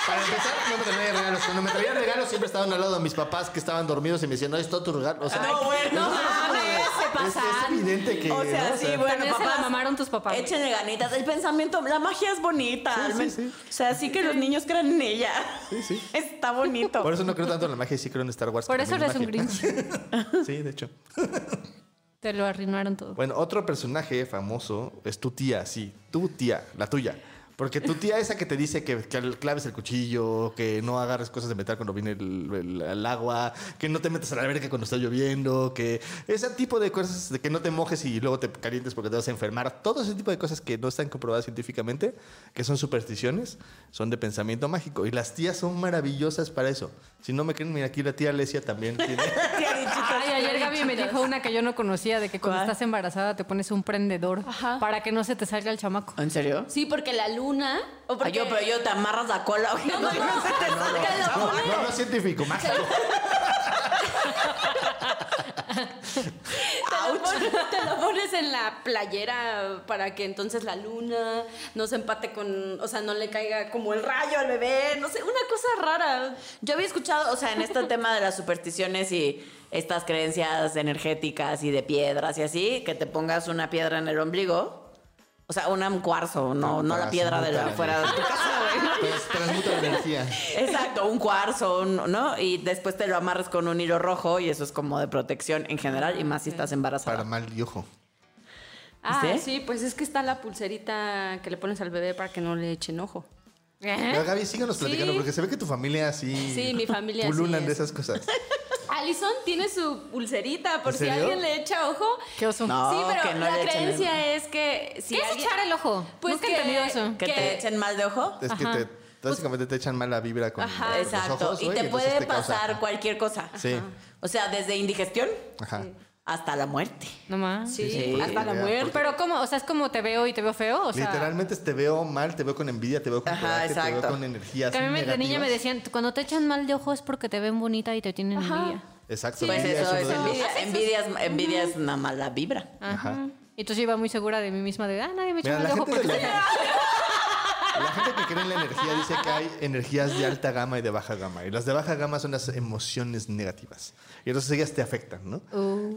[SPEAKER 2] para empezar, no me traía regalos. Cuando me traían regalos, siempre estaban al lado de mis papás que estaban dormidos y me decían, no, es todo tu regalo. O sea,
[SPEAKER 4] No, bueno,
[SPEAKER 2] no, no, no, no,
[SPEAKER 3] mames, se
[SPEAKER 2] es- Es,
[SPEAKER 3] pasan.
[SPEAKER 2] evidente que.
[SPEAKER 4] O sea,
[SPEAKER 2] ¿no? O
[SPEAKER 4] sí,
[SPEAKER 2] sea,
[SPEAKER 4] bueno,
[SPEAKER 3] También se la
[SPEAKER 4] papás,
[SPEAKER 3] mamaron tus papás, güey.
[SPEAKER 4] Échenle ganitas. El pensamiento, la magia es bonita.
[SPEAKER 2] Sí,
[SPEAKER 4] al
[SPEAKER 2] sí,
[SPEAKER 4] men-
[SPEAKER 2] sí.
[SPEAKER 4] O sea, sí que los niños crean en ella.
[SPEAKER 2] Sí, sí.
[SPEAKER 4] Está bonito.
[SPEAKER 2] Por eso no creo tanto en la magia y sí creo en Star Wars. que
[SPEAKER 3] Por eso
[SPEAKER 2] también
[SPEAKER 3] eres
[SPEAKER 2] es
[SPEAKER 3] un
[SPEAKER 2] magia.
[SPEAKER 3] Grinch.
[SPEAKER 2] Sí, de hecho.
[SPEAKER 3] Te lo arruinaron todo.
[SPEAKER 2] Bueno, otro personaje famoso es tu tía, sí. Tu tía, la tuya. Porque tu tía esa que te dice que, que claves el cuchillo, que no agarres cosas de metal cuando viene el, el- el agua, que no te metas a la verga cuando está lloviendo, que ese tipo de cosas de que no te mojes y luego te calientes porque te vas a enfermar. Todo ese tipo de cosas que no están comprobadas científicamente, que son supersticiones, son de pensamiento mágico. Y las tías son maravillosas para eso. Si no me creen, mira aquí la tía Alesia también tiene...
[SPEAKER 3] Ay, ayer Gaby me dijo una que yo no conocía, de que cuando
[SPEAKER 4] ¿Cuál?
[SPEAKER 3] estás embarazada te pones un prendedor
[SPEAKER 1] Ajá.
[SPEAKER 3] para que no se te salga el chamaco.
[SPEAKER 4] ¿En serio?
[SPEAKER 1] Sí, porque la luna. O porque,
[SPEAKER 4] Ay, Ah, yo, pero yo te amarras la cola. güey.
[SPEAKER 1] No, no, no.
[SPEAKER 2] No, no,
[SPEAKER 1] Te lo
[SPEAKER 2] no,
[SPEAKER 1] pones.
[SPEAKER 2] no, no, científico, mágico.
[SPEAKER 1] Te lo, pones, te lo pones en la playera para que entonces la luna no se empate con, o sea, no le caiga como el rayo al bebé, no sé, una cosa rara.
[SPEAKER 4] Yo había escuchado, o sea, en este tema de las supersticiones y estas creencias energéticas y de piedras y así, que te pongas una piedra en el ombligo. O sea, una- un cuarzo, no, no la piedra de la, fuera de tu casa, güey.
[SPEAKER 2] Trans- Transmuta la energía.
[SPEAKER 4] Exacto, un cuarzo, un- ¿no? Y después te lo amarras con un hilo rojo y eso es como de protección en general y más si estás
[SPEAKER 2] Para
[SPEAKER 4] embarazada.
[SPEAKER 2] mal y ojo.
[SPEAKER 1] Ah,
[SPEAKER 4] ¿Sí?
[SPEAKER 1] sí, pues es que está la pulserita que le pones al bebé para que no le echen ojo.
[SPEAKER 3] ¿Eh?
[SPEAKER 2] Pero Gaby, síganos platicando,
[SPEAKER 1] Sí.
[SPEAKER 2] porque se ve que tu familia así.
[SPEAKER 1] Sí, mi familia
[SPEAKER 2] Pululan
[SPEAKER 1] así
[SPEAKER 2] de
[SPEAKER 1] es.
[SPEAKER 2] esas cosas.
[SPEAKER 1] Alison tiene su pulserita por
[SPEAKER 2] ¿En
[SPEAKER 1] si
[SPEAKER 2] serio?
[SPEAKER 1] alguien le echa ojo.
[SPEAKER 3] Qué oso.
[SPEAKER 4] No,
[SPEAKER 1] sí, pero
[SPEAKER 4] que no
[SPEAKER 1] la
[SPEAKER 4] le echen el-
[SPEAKER 1] creencia es que si
[SPEAKER 3] ¿Qué es
[SPEAKER 1] alguien-
[SPEAKER 3] echar el ojo?
[SPEAKER 1] Pues
[SPEAKER 3] Nunca he
[SPEAKER 1] que-
[SPEAKER 3] entendido eso.
[SPEAKER 4] ¿Que
[SPEAKER 1] ¿Qué?
[SPEAKER 4] te echen mal de ojo?
[SPEAKER 2] Es que te, básicamente te echan mala vibra con
[SPEAKER 1] Ajá.
[SPEAKER 2] con los
[SPEAKER 4] Exacto.
[SPEAKER 2] ojos,
[SPEAKER 4] y
[SPEAKER 2] güey,
[SPEAKER 4] te
[SPEAKER 2] entonces
[SPEAKER 4] puede
[SPEAKER 2] causa-
[SPEAKER 4] pasar cualquier cosa.
[SPEAKER 2] Sí.
[SPEAKER 4] O sea, desde indigestión
[SPEAKER 2] Ajá.
[SPEAKER 4] hasta la muerte.
[SPEAKER 3] No más.
[SPEAKER 1] Sí,
[SPEAKER 4] Sí,
[SPEAKER 1] hasta la
[SPEAKER 2] ya,
[SPEAKER 1] muerte.
[SPEAKER 2] porque-
[SPEAKER 3] Pero cómo, o sea, es como te veo y te veo feo, o sea,
[SPEAKER 2] Literalmente te veo mal, te veo con envidia, te veo con
[SPEAKER 4] Ajá,
[SPEAKER 2] coraje, te veo
[SPEAKER 4] exacto.
[SPEAKER 2] con energías.
[SPEAKER 3] que a mí me- de niña me
[SPEAKER 2] negativas.
[SPEAKER 3] decían, cuando te echan mal de ojo es porque te ven bonita y te tienen envidia.
[SPEAKER 2] Exacto,
[SPEAKER 4] Pues
[SPEAKER 2] envidia
[SPEAKER 4] eso
[SPEAKER 2] es
[SPEAKER 4] es
[SPEAKER 2] uno de los-
[SPEAKER 4] envidia. Envidia es, envidia es una mala vibra.
[SPEAKER 3] Ajá.
[SPEAKER 2] Ajá.
[SPEAKER 3] Entonces yo iba muy segura de mí misma de, ah, nadie me echó
[SPEAKER 2] Mira,
[SPEAKER 3] mal
[SPEAKER 2] la
[SPEAKER 3] de ojo pues.
[SPEAKER 2] gente, de
[SPEAKER 3] porque
[SPEAKER 2] la, la gente que cree en la energía dice que hay energías de alta gama y de baja gama. Y las de baja gama son las emociones negativas. Y entonces ellas te afectan, ¿no?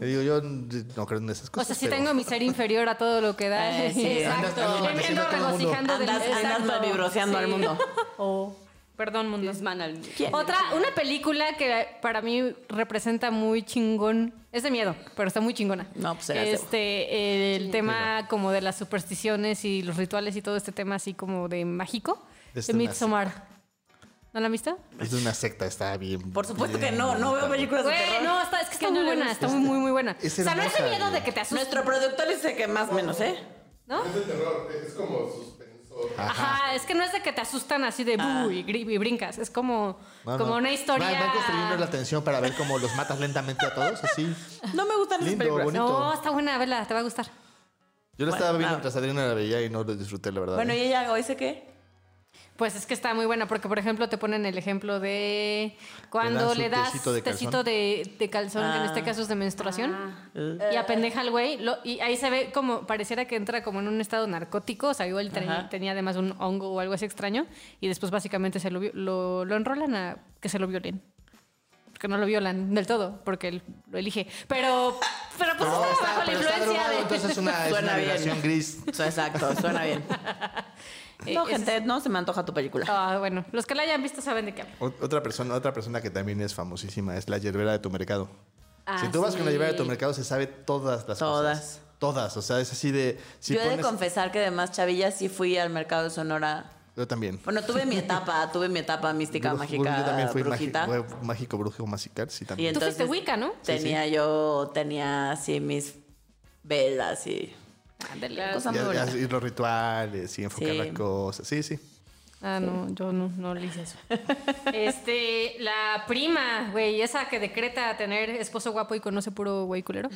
[SPEAKER 2] Y digo, yo no creo en esas
[SPEAKER 3] Uh. O
[SPEAKER 2] cosas.
[SPEAKER 3] sea, sí
[SPEAKER 2] pero-
[SPEAKER 3] tengo mi ser inferior a todo lo que da.
[SPEAKER 4] Eh, sí,
[SPEAKER 2] andas- andas
[SPEAKER 3] Exacto.
[SPEAKER 2] maldiciendo a todo el mundo.
[SPEAKER 3] regocijando del-
[SPEAKER 4] Andas, andas
[SPEAKER 3] Exacto.
[SPEAKER 4] malvibroseando al
[SPEAKER 3] Sí.
[SPEAKER 4] mundo.
[SPEAKER 3] Oh, perdón, mundo.
[SPEAKER 1] Desmana al-
[SPEAKER 3] Otra, una película que para mí representa muy chingón. Es de miedo, pero está muy chingona.
[SPEAKER 4] No, pues era seguro.
[SPEAKER 3] Este, el tema como de las supersticiones y los rituales y todo este tema así como de mágico.
[SPEAKER 2] Es
[SPEAKER 3] De
[SPEAKER 2] una-
[SPEAKER 3] Midsommar. ¿No la han visto?
[SPEAKER 2] Es de una secta, está bien.
[SPEAKER 4] Por supuesto que
[SPEAKER 2] bien
[SPEAKER 4] no, no veo
[SPEAKER 2] bonita.
[SPEAKER 4] películas de
[SPEAKER 3] Güey,
[SPEAKER 4] terror.
[SPEAKER 3] no, está, es que está
[SPEAKER 1] Que no la
[SPEAKER 3] muy
[SPEAKER 1] he
[SPEAKER 3] buena,
[SPEAKER 1] visto.
[SPEAKER 3] está muy, muy, muy buena.
[SPEAKER 2] Es
[SPEAKER 3] o sea, no ese
[SPEAKER 2] hermosa,
[SPEAKER 3] miedo
[SPEAKER 2] güey.
[SPEAKER 3] de que te asustes,
[SPEAKER 4] Nuestro productor dice que más o menos, ¿eh?
[SPEAKER 3] ¿no?
[SPEAKER 6] Es de terror, es como suspenso. Ah.
[SPEAKER 3] Ajá. es que no es de que te asustan así de "Bu", y, gri- y brincas. Es como,
[SPEAKER 2] No,
[SPEAKER 3] como
[SPEAKER 2] no.
[SPEAKER 3] una historia.
[SPEAKER 2] Van, van construyendo la tensión para ver cómo los matas lentamente a todos, así.
[SPEAKER 4] No me gustan
[SPEAKER 2] Lindo,
[SPEAKER 4] las películas.
[SPEAKER 2] bonito.
[SPEAKER 3] No, está buena, vela, te va a gustar.
[SPEAKER 2] Yo lo estaba viendo
[SPEAKER 4] ah.
[SPEAKER 2] mientras Adriana la veía y no lo disfruté, la verdad.
[SPEAKER 4] Bueno,
[SPEAKER 2] ¿eh?
[SPEAKER 4] ¿y ella hoy dice qué?
[SPEAKER 3] Pues es que está muy buena, porque por ejemplo te ponen el ejemplo de cuando
[SPEAKER 2] Le
[SPEAKER 3] le
[SPEAKER 2] dan
[SPEAKER 3] das
[SPEAKER 2] su tecito de
[SPEAKER 3] tecito
[SPEAKER 2] calzón.
[SPEAKER 3] de, de calzón, que en
[SPEAKER 6] Ah.
[SPEAKER 3] este caso es de
[SPEAKER 1] Ah,
[SPEAKER 3] menstruación,
[SPEAKER 4] Eh,
[SPEAKER 3] y apendeja al güey, lo- y ahí se ve como, pareciera que entra como en un estado narcótico, o sea, igual tre-
[SPEAKER 4] Ajá.
[SPEAKER 3] tenía además un hongo o algo así extraño, y después básicamente se lo, vi- lo, lo enrolan a que se lo violen. Porque no lo violan del todo, porque él lo elige. Pero, pero pues
[SPEAKER 2] No,
[SPEAKER 3] estaba
[SPEAKER 2] está-
[SPEAKER 3] bajo la
[SPEAKER 2] pero está
[SPEAKER 3] influencia
[SPEAKER 2] drogado,
[SPEAKER 3] de...
[SPEAKER 2] entonces es una, es
[SPEAKER 4] Suena
[SPEAKER 2] una
[SPEAKER 4] bien.
[SPEAKER 2] violación gris.
[SPEAKER 4] Exacto, suena bien. No,
[SPEAKER 3] Eh, es-
[SPEAKER 4] gente, Oh, no se me antoja tu película.
[SPEAKER 3] Ah, bueno, los que la hayan visto saben de qué hablo.
[SPEAKER 2] Ot- Otra persona, otra persona que también es famosísima es la yerbera de tu mercado. si tú vas con la yerbera de tu mercado, se sabe todas las
[SPEAKER 4] Ah, Todas.
[SPEAKER 2] cosas. Todas. O sea, es así de. Si
[SPEAKER 4] Yo he de
[SPEAKER 2] pones-
[SPEAKER 4] confesar que además, Chavilla, sí fui al mercado de Sonora.
[SPEAKER 2] Yo también.
[SPEAKER 4] Bueno, tuve mi etapa, tuve mi etapa mística,
[SPEAKER 2] Bruj-
[SPEAKER 4] mágica,
[SPEAKER 2] Yo también fui
[SPEAKER 4] brujita.
[SPEAKER 2] mágico, fue mágico, brujo, masicar. Sí,
[SPEAKER 4] Y
[SPEAKER 2] también.
[SPEAKER 3] Tú
[SPEAKER 4] entonces
[SPEAKER 3] fuiste Wicca, ¿no?
[SPEAKER 4] tenía yo, tenía así mis velas y
[SPEAKER 1] Ándale.
[SPEAKER 4] cosas
[SPEAKER 2] Y,
[SPEAKER 4] muy bonitas.
[SPEAKER 2] y- y los rituales y enfocar
[SPEAKER 4] Sí.
[SPEAKER 2] las cosas. Sí, sí.
[SPEAKER 3] Ah, no, yo no, no le hice eso. Este, la prima, güey, esa que decreta tener esposo guapo y conoce puro güey culero.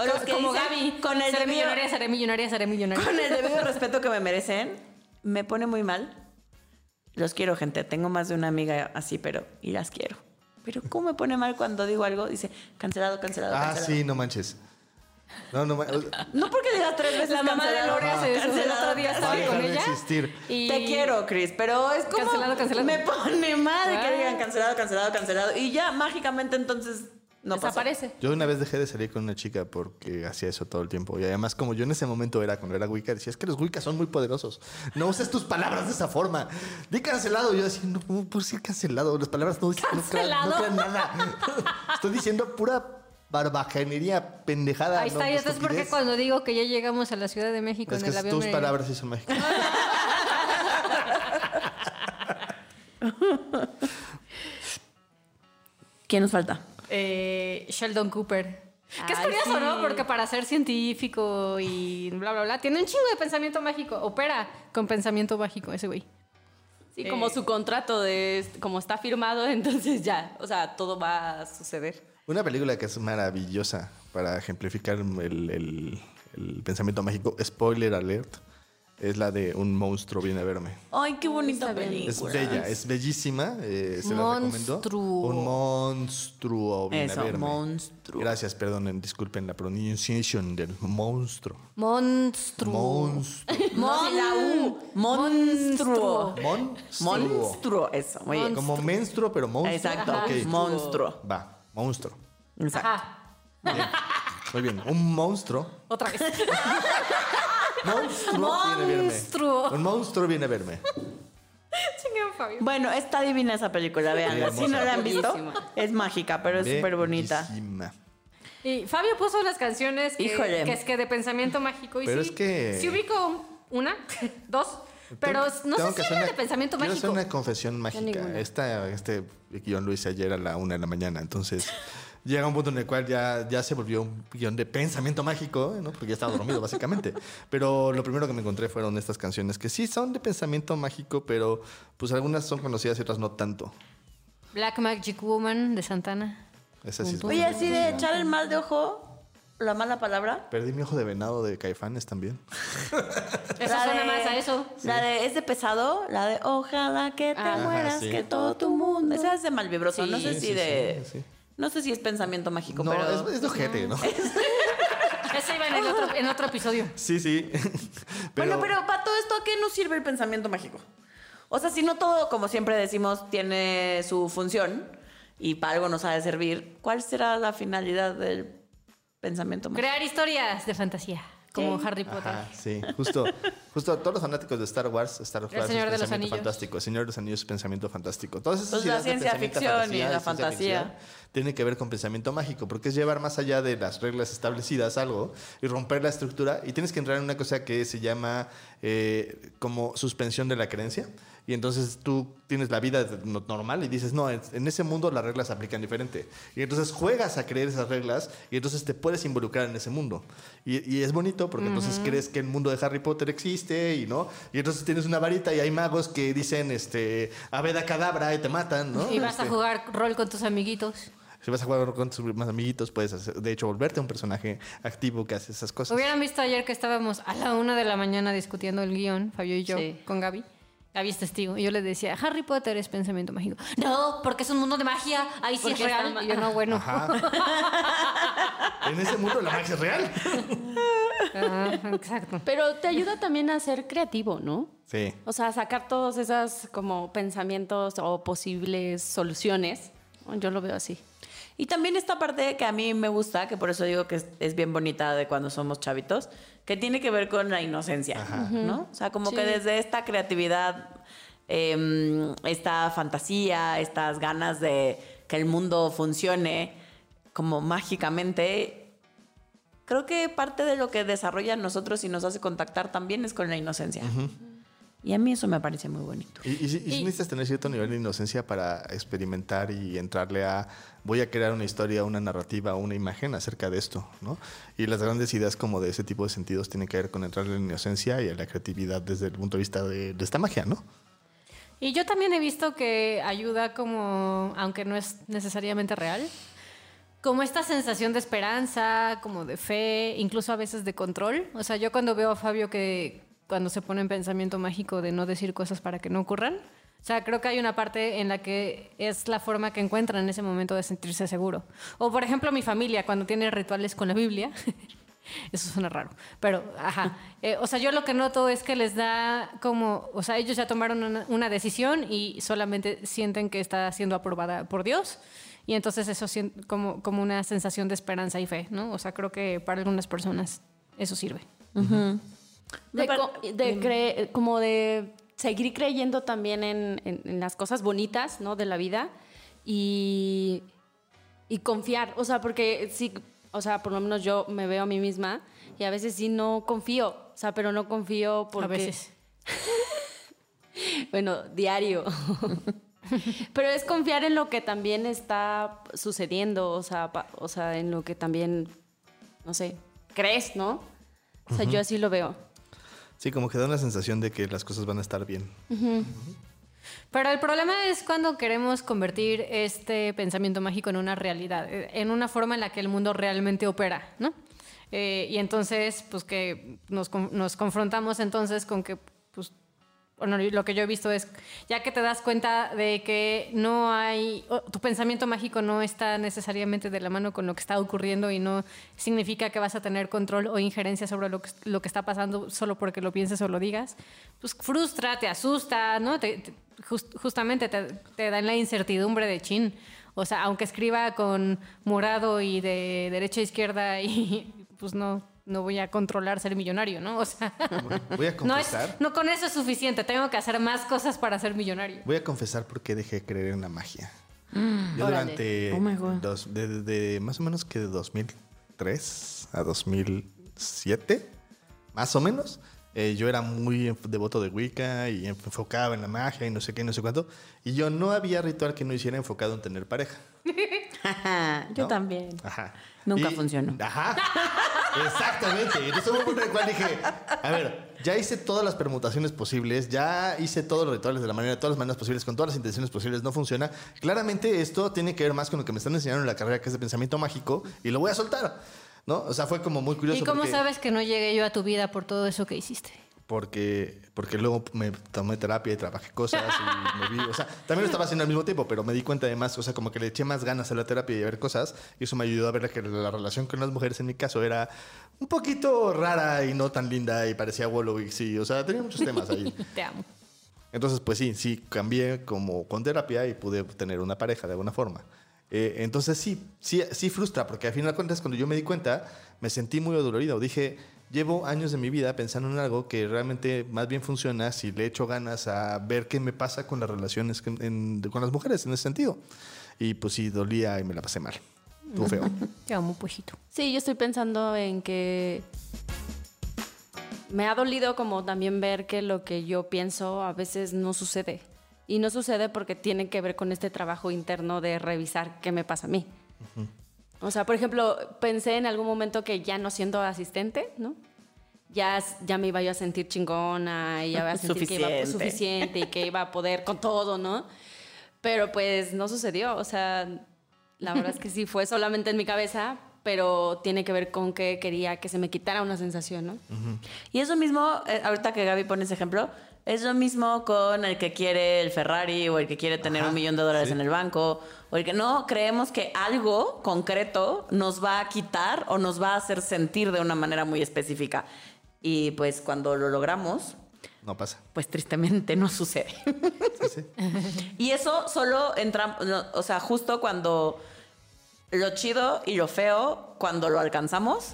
[SPEAKER 4] O los que
[SPEAKER 3] Como
[SPEAKER 4] dicen,
[SPEAKER 3] Gaby.
[SPEAKER 4] con el
[SPEAKER 3] seré
[SPEAKER 4] debido-
[SPEAKER 3] millonaria, seré millonaria, seré millonaria.
[SPEAKER 4] con el debido respeto que me merecen, me pone muy mal. Los quiero, gente. Tengo más de una amiga así, pero y las quiero. Pero ¿cómo me pone mal cuando digo algo? Dice, cancelado, cancelado,
[SPEAKER 2] Ah,
[SPEAKER 4] cancelado.
[SPEAKER 2] sí, no manches. No, no manches.
[SPEAKER 4] No porque digas tres veces
[SPEAKER 3] La mamá de
[SPEAKER 4] cancelado,
[SPEAKER 3] Lore hace eso. El
[SPEAKER 4] cancelado,
[SPEAKER 3] otro día estaba
[SPEAKER 2] dejar
[SPEAKER 3] con
[SPEAKER 2] de
[SPEAKER 3] ella.
[SPEAKER 2] existir.
[SPEAKER 3] y-
[SPEAKER 4] Te quiero, Chris, pero es como
[SPEAKER 3] Cancelado, cancelado.
[SPEAKER 4] me pone mal que
[SPEAKER 3] Ah.
[SPEAKER 4] digan cancelado, cancelado, cancelado y ya mágicamente entonces no pasó.
[SPEAKER 3] Desaparece.
[SPEAKER 2] Yo una vez dejé de salir con una chica porque hacía eso todo el tiempo. Y además, como yo en ese momento era cuando era Wicca, decía, es que los Wiccas son muy poderosos. No uses tus palabras de esa forma. Di cancelado. Y yo decía, no, por ser cancelado. Las palabras no, dicen- no crean- no
[SPEAKER 3] Cancelado.
[SPEAKER 2] crean nada. Estoy diciendo pura barbajanería pendejada.
[SPEAKER 3] Ahí está,
[SPEAKER 2] no,
[SPEAKER 3] ya estás porque
[SPEAKER 2] estupidez.
[SPEAKER 3] cuando digo que ya llegamos a la Ciudad de México
[SPEAKER 2] Es
[SPEAKER 3] en
[SPEAKER 2] que
[SPEAKER 3] el avión.
[SPEAKER 2] tus
[SPEAKER 3] me-
[SPEAKER 2] palabras sí son mexicanas.
[SPEAKER 4] ¿Quién nos falta?
[SPEAKER 3] Eh, Sheldon Cooper. Que es
[SPEAKER 4] Ay,
[SPEAKER 3] curioso,
[SPEAKER 4] sí.
[SPEAKER 3] ¿no? Porque para ser científico y bla, bla, bla, tiene un chingo de pensamiento mágico. Opera con pensamiento mágico ese güey.
[SPEAKER 1] Sí, como su contrato de como está firmado, entonces ya, o sea, todo va a suceder.
[SPEAKER 2] Una película que es maravillosa para ejemplificar el, el- el pensamiento mágico, spoiler alert, es la de Un monstruo viene a verme.
[SPEAKER 4] Ay, qué bonita
[SPEAKER 2] Es
[SPEAKER 4] película.
[SPEAKER 2] bella, es bellísima. eh, se la recomiendo.
[SPEAKER 3] Monstruo.
[SPEAKER 2] Un monstruo viene
[SPEAKER 4] Eso,
[SPEAKER 2] a verme.
[SPEAKER 4] monstruo.
[SPEAKER 2] Gracias, perdonen, disculpen la pronunciación del monstruo.
[SPEAKER 3] Monstruo.
[SPEAKER 2] Monstruo.
[SPEAKER 4] No, sí, la U. Monstruo.
[SPEAKER 2] Monstruo.
[SPEAKER 4] Monstruo, eso, muy bien.
[SPEAKER 2] Como menstruo, pero monstruo.
[SPEAKER 4] Exacto,
[SPEAKER 2] Ok,
[SPEAKER 4] monstruo.
[SPEAKER 2] Va, monstruo.
[SPEAKER 4] Exacto.
[SPEAKER 3] Ajá.
[SPEAKER 2] Muy bien, un monstruo.
[SPEAKER 3] Otra vez.
[SPEAKER 2] Monstruo viene a verme.
[SPEAKER 3] Monstruo.
[SPEAKER 2] Un monstruo viene a verme.
[SPEAKER 3] Chingado, Fabio.
[SPEAKER 4] Bueno, está divina esa película, veanla.
[SPEAKER 2] hermosa.
[SPEAKER 4] Si no la han visto,
[SPEAKER 1] Bellísima.
[SPEAKER 4] es mágica, pero es súper bonita.
[SPEAKER 2] Bellísima.
[SPEAKER 3] Y Fabio puso las canciones que,
[SPEAKER 4] Híjole.
[SPEAKER 3] que es que de pensamiento mágico. Y
[SPEAKER 2] Pero
[SPEAKER 3] sí,
[SPEAKER 2] es que-
[SPEAKER 3] Sí ubico una, dos, pero no
[SPEAKER 2] Tengo
[SPEAKER 3] sé
[SPEAKER 2] que
[SPEAKER 3] si
[SPEAKER 2] hacer
[SPEAKER 3] era de
[SPEAKER 2] una-
[SPEAKER 3] pensamiento
[SPEAKER 2] quiero
[SPEAKER 3] mágico.
[SPEAKER 2] hacer una confesión mágica.
[SPEAKER 1] ninguna.
[SPEAKER 2] Esta, este guión lo hice ayer a la una de la mañana, entonces llega un punto en el cual ya, ya se volvió un guión de pensamiento mágico, ¿no? porque ya estaba dormido básicamente. Pero lo primero que me encontré fueron estas canciones que sí son de pensamiento mágico, pero pues algunas son conocidas y otras no tanto.
[SPEAKER 3] Black Magic Woman de Santana.
[SPEAKER 2] Esa sí es
[SPEAKER 4] Oye, así de echar el mal de ojo, la mala palabra.
[SPEAKER 2] Perdí mi ojo de venado de Caifanes también.
[SPEAKER 3] Eso
[SPEAKER 4] La
[SPEAKER 3] suena
[SPEAKER 4] de-
[SPEAKER 3] más a eso.
[SPEAKER 4] La de es de pesado, la de ojalá que te
[SPEAKER 3] Ajá,
[SPEAKER 4] mueras,
[SPEAKER 2] sí.
[SPEAKER 4] que todo tu mundo. Esa es de mal vibroso, no sé
[SPEAKER 2] Sí,
[SPEAKER 4] si
[SPEAKER 2] sí,
[SPEAKER 4] de.
[SPEAKER 2] sí, sí.
[SPEAKER 4] No sé si es pensamiento mágico,
[SPEAKER 2] No,
[SPEAKER 4] pero.
[SPEAKER 2] es, es de ojete, ¿no?
[SPEAKER 3] Eso iba en, el otro, en otro episodio.
[SPEAKER 2] Sí, sí.
[SPEAKER 4] Bueno, pero para todo esto, ¿a qué nos sirve el pensamiento mágico? O sea, si no todo, como siempre decimos, tiene su función y para algo nos ha de servir, ¿cuál será la finalidad del pensamiento mágico?
[SPEAKER 3] Crear historias de fantasía, como Harry Potter.
[SPEAKER 2] Ajá, sí, justo, justo todos los fanáticos de Star Wars, Star Wars
[SPEAKER 3] Señor de los
[SPEAKER 2] pensamiento
[SPEAKER 3] Anillos.
[SPEAKER 2] fantástico, el Señor de los Anillos es pensamiento fantástico. Todas esas
[SPEAKER 4] Pues la
[SPEAKER 2] ideas de
[SPEAKER 4] ciencia
[SPEAKER 2] pensamiento,
[SPEAKER 4] ficción y la
[SPEAKER 2] ciencia
[SPEAKER 4] fantasía.
[SPEAKER 2] ficción tienen que ver con pensamiento mágico, porque es llevar más allá de las reglas establecidas algo y romper la estructura y tienes que entrar en una cosa que se llama eh, como suspensión de la creencia. Y entonces tú tienes la vida de- no- normal y dices, no, en en ese mundo las reglas se aplican diferente. Y entonces juegas a creer esas reglas y entonces te puedes involucrar en ese mundo. Y, y es bonito porque entonces crees que el mundo de Harry Potter existe y no. Y entonces tienes una varita y hay magos que dicen, este, aveda cadabra y te matan, ¿no?
[SPEAKER 3] Y vas a
[SPEAKER 2] Este,
[SPEAKER 3] jugar rol con tus amiguitos.
[SPEAKER 2] si vas a jugar con tus más amiguitos, puedes, hacer- de hecho, volverte un personaje activo que hace esas cosas.
[SPEAKER 3] Hubieran visto ayer que estábamos a la una de la mañana discutiendo el guión, Fabio y yo,
[SPEAKER 1] Sí.
[SPEAKER 3] con Gaby. Gaby es testigo. Y yo le decía, Harry Potter es pensamiento mágico. No, porque es un mundo de magia. Ahí sí es
[SPEAKER 1] Porque está
[SPEAKER 3] real.
[SPEAKER 1] ma-
[SPEAKER 3] Y yo, no, bueno.
[SPEAKER 2] Ajá. en ese mundo la magia es real.
[SPEAKER 3] Ajá, Ah, exacto.
[SPEAKER 1] Pero te ayuda también a ser creativo, ¿no?
[SPEAKER 2] Sí.
[SPEAKER 1] O sea, sacar todos esas como pensamientos o posibles soluciones. Yo lo veo así.
[SPEAKER 4] Y también esta parte que a mí me gusta, que por eso digo que es, es bien bonita de cuando somos chavitos, que tiene que ver con la inocencia, ¿no? O sea, como
[SPEAKER 1] Sí.
[SPEAKER 4] que desde esta creatividad, em, esta fantasía, estas ganas de que el mundo funcione como mágicamente, creo que parte de lo que desarrolla en nosotros y nos hace contactar también es con la inocencia. Y a mí eso me parece muy bonito.
[SPEAKER 2] Y, y, sí- y sí necesitas tener cierto nivel de inocencia para experimentar y entrarle a voy a crear una historia, una narrativa, una imagen acerca de esto, ¿no? Y las grandes ideas como de ese tipo de sentidos tienen que ver con entrarle a la inocencia y a la creatividad desde el punto de vista de, de esta magia, ¿no?
[SPEAKER 3] Y yo también he visto que ayuda como, aunque no es necesariamente real, como esta sensación de esperanza, como de fe, incluso a veces de control. O sea, yo cuando veo a Fabio que cuando se pone en pensamiento mágico de no decir cosas para que no ocurran, o sea, creo que hay una parte en la que es la forma que encuentra en ese momento de sentirse seguro. O por ejemplo mi familia, cuando tiene rituales con la Biblia, Eso suena raro. Pero, ajá. Eh, o sea, yo lo que noto es que les da como. O sea, ellos ya tomaron una, una decisión y solamente sienten que está siendo aprobada por Dios. Y entonces eso sien- como, como una sensación de esperanza y fe, ¿no? O sea, creo que para algunas personas eso sirve.
[SPEAKER 1] De,
[SPEAKER 4] Me par-
[SPEAKER 1] co- de cre- como de seguir creyendo también en, en- en las cosas bonitas, ¿no? De la vida. Y, y confiar. O sea, porque sí, o sea, por lo menos yo me veo a mí misma y a veces sí no confío. O sea, pero no confío porque.
[SPEAKER 3] A veces.
[SPEAKER 1] Bueno, diario. Pero es confiar en lo que también está sucediendo, o sea, pa- o sea, en lo que también, no sé, crees, ¿no? O sea, yo así lo veo.
[SPEAKER 2] Sí, como que da una sensación de que las cosas van a estar bien.
[SPEAKER 3] Pero el problema es cuando queremos convertir este pensamiento mágico en una realidad, eh, en una forma en la que el mundo realmente opera, ¿no? Eh, y entonces, pues que nos, con- nos confrontamos entonces con que, pues, bueno, lo que yo he visto es, ya que te das cuenta de que no hay, o tu pensamiento mágico no está necesariamente de la mano con lo que está ocurriendo y no significa que vas a tener control o injerencia sobre lo que, lo que está pasando solo porque lo pienses o lo digas, pues frustra, te asusta, ¿no? Te- te- jus- justamente te, te dan la incertidumbre de chin. O sea, aunque escriba con morado y de derecha a izquierda y pues no, no voy a controlar ser millonario, ¿no? O sea...
[SPEAKER 2] Voy a
[SPEAKER 3] No, es-
[SPEAKER 2] confesar.
[SPEAKER 3] no con eso es suficiente. Tengo que hacer más cosas para ser millonario.
[SPEAKER 2] Voy a confesar por qué dejé de creer en la magia. Yo
[SPEAKER 1] Órale.
[SPEAKER 2] durante
[SPEAKER 4] Oh my God.
[SPEAKER 2] dos- de- de- de más o menos que de 2003 a 2007, más o menos, eh, yo era muy enf- devoto de Wicca y enfocaba en la magia y no sé qué, y no sé cuánto. Y yo no había ritual que no hiciera enfocado en tener pareja.
[SPEAKER 4] Yo
[SPEAKER 2] ¿no?
[SPEAKER 4] también.
[SPEAKER 2] Ajá.
[SPEAKER 4] Nunca funcionó.
[SPEAKER 2] Ajá. Exactamente. Entonces hubo un punto en el cual dije, a ver, ya hice todas las permutaciones posibles, ya hice todos los rituales de la manera, de todas las maneras posibles, con todas las intenciones posibles, no funciona. Claramente esto tiene que ver más con lo que me están enseñando en la carrera, que es de pensamiento mágico, y lo voy a soltar. ¿No? O sea, fue como muy curioso.
[SPEAKER 3] ¿Y cómo
[SPEAKER 2] porque,
[SPEAKER 3] sabes que no llegué yo a tu vida por todo eso que hiciste?
[SPEAKER 2] Porque, porque luego me tomé terapia y trabajé cosas y me vi. O sea, también lo estaba haciendo al mismo tiempo, pero me di cuenta de más, o sea, como que le eché más ganas a la terapia y a ver cosas. Y eso me ayudó a ver que la relación con las mujeres en mi caso era un poquito rara y no tan linda y parecía Wolowitz. Sí, o sea, tenía muchos temas ahí.
[SPEAKER 3] Te amo.
[SPEAKER 2] Entonces, pues sí, sí, cambié como con terapia y pude tener una pareja de alguna forma. Eh, entonces sí, sí, sí frustra, porque al final de cuentas cuando yo me di cuenta, me sentí muy adolorido. Dije, llevo años de mi vida pensando en algo que realmente más bien funciona si le echo ganas a ver qué me pasa con las relaciones que- en- con las mujeres en ese sentido. Y pues sí, dolía y me la pasé mal. Estuvo feo.
[SPEAKER 3] Te amo, puejito.
[SPEAKER 1] Sí, yo estoy pensando en que me ha dolido como también ver que lo que yo pienso a veces no sucede. Y no sucede porque tiene que ver con este trabajo interno de revisar qué me pasa a mí. O sea, por ejemplo, pensé en algún momento que ya no siendo asistente, ¿no? Ya, s- ya me iba yo a sentir chingona y ya iba a sentir que iba
[SPEAKER 4] Suficiente.
[SPEAKER 1] suficiente y que iba a poder con todo, ¿no? Pero pues no sucedió, o sea, la verdad es que sí fue solamente en mi cabeza, pero tiene que ver con que quería que se me quitara una sensación, ¿no?
[SPEAKER 4] Y es lo mismo, eh, ahorita que Gaby pone ese ejemplo, es lo mismo con el que quiere el Ferrari o el que quiere tener un millón de dólares en el banco o el que no creemos que algo concreto nos va a quitar o nos va a hacer sentir de una manera muy específica. Y pues cuando lo logramos,
[SPEAKER 2] No pasa.
[SPEAKER 4] pues tristemente no sucede.
[SPEAKER 2] Sí, sí.
[SPEAKER 4] Y eso solo entra, no, o sea, justo cuando lo chido y lo feo, cuando lo alcanzamos,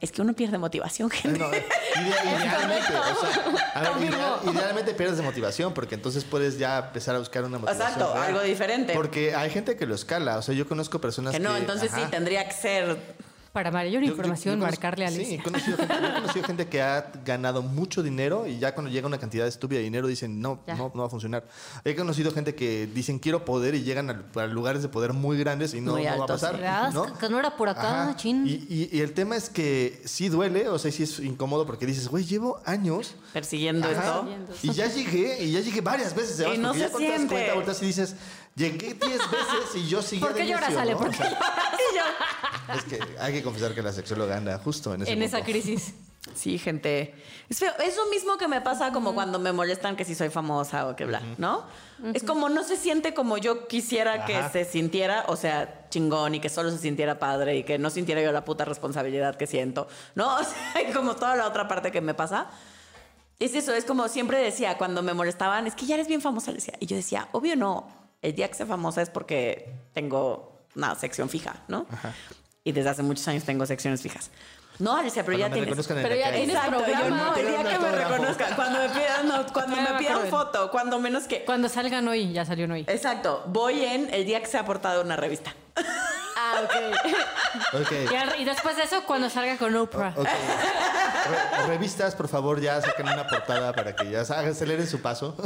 [SPEAKER 4] es que uno pierde motivación, gente.
[SPEAKER 2] No, ide- idealmente, o sea, a ver, ideal- idealmente pierdes de motivación porque entonces puedes ya empezar a buscar una motivación.
[SPEAKER 4] Exacto,
[SPEAKER 2] real.
[SPEAKER 4] algo diferente.
[SPEAKER 2] Porque hay gente que lo escala, o sea, yo conozco personas
[SPEAKER 4] Que
[SPEAKER 2] que...
[SPEAKER 4] no, entonces sí,
[SPEAKER 2] ajá.
[SPEAKER 4] tendría que ser.
[SPEAKER 3] Para mayor
[SPEAKER 2] Yo- yo-
[SPEAKER 3] información,
[SPEAKER 2] yo conozco-
[SPEAKER 3] marcarle a
[SPEAKER 2] Sí,
[SPEAKER 3] Alicia.
[SPEAKER 2] he conocido, gente, yo he conocido gente que ha ganado mucho dinero y ya cuando llega una cantidad estúpida de dinero dicen, no,
[SPEAKER 3] Ya.
[SPEAKER 2] no, no va a funcionar. He conocido gente que dicen, quiero poder y llegan a, a lugares de poder muy grandes y no,
[SPEAKER 4] Muy
[SPEAKER 2] no va a
[SPEAKER 4] altos,
[SPEAKER 2] pasar.
[SPEAKER 3] ¿Verdad?
[SPEAKER 2] ¿no?
[SPEAKER 3] Que no era por acá,
[SPEAKER 2] Ajá.
[SPEAKER 3] chin.
[SPEAKER 2] Y, y- y el tema es que sí duele, o sea, sí es incómodo porque dices, güey, llevo años
[SPEAKER 4] persiguiendo
[SPEAKER 2] Ajá.
[SPEAKER 4] esto.
[SPEAKER 2] Y ya llegué, y ya llegué varias veces. además,
[SPEAKER 4] Y no
[SPEAKER 2] porque ya
[SPEAKER 4] se
[SPEAKER 2] cuando te das
[SPEAKER 4] siente.
[SPEAKER 2] cuenta, volteas y dices, llegué 10 veces y yo seguí
[SPEAKER 3] ¿Por qué lloras, Ale? ¿Por qué
[SPEAKER 2] Es que hay que confesar que la sexóloga anda justo en ese
[SPEAKER 3] En esa
[SPEAKER 2] punto.
[SPEAKER 3] crisis.
[SPEAKER 4] Sí, gente. Es, feo. es lo mismo que me pasa como cuando me molestan que si soy famosa o que bla, ¿no? Es como no se siente como yo quisiera que
[SPEAKER 2] Ajá.
[SPEAKER 4] se sintiera, o sea, chingón y que solo se sintiera padre y que no sintiera yo la puta responsabilidad que siento, ¿no? O sea, y como toda la otra parte que me pasa. Es eso, es como siempre decía cuando me molestaban, es que ya eres bien famosa, le decía. Y yo decía, obvio no, el día que sea famosa es porque tengo una sección fija, ¿no? Y desde hace muchos años tengo secciones fijas. No, Alicia, pero
[SPEAKER 2] Cuando
[SPEAKER 4] ya
[SPEAKER 2] me
[SPEAKER 4] tienes.
[SPEAKER 2] reconozcan en
[SPEAKER 1] pero
[SPEAKER 2] la
[SPEAKER 1] ya
[SPEAKER 2] calle.
[SPEAKER 1] tienes
[SPEAKER 4] Exacto, yo
[SPEAKER 1] programa.
[SPEAKER 4] no, el día que me
[SPEAKER 2] autógrafo.
[SPEAKER 4] reconozcan, cuando me pidan, no, cuando
[SPEAKER 3] Ya
[SPEAKER 4] me
[SPEAKER 3] me
[SPEAKER 4] pidan
[SPEAKER 3] acordé.
[SPEAKER 4] foto, cuando menos que.
[SPEAKER 3] Cuando salgan hoy, ya salió hoy.
[SPEAKER 4] Exacto, voy en el día que se ha portado una revista.
[SPEAKER 3] Ah, ok.
[SPEAKER 2] Ok.
[SPEAKER 3] y, al- y después de eso, cuando salga con Oprah.
[SPEAKER 2] Ok. Re- revistas, por favor, ya saquen una portada para que ya se- aceleren su paso.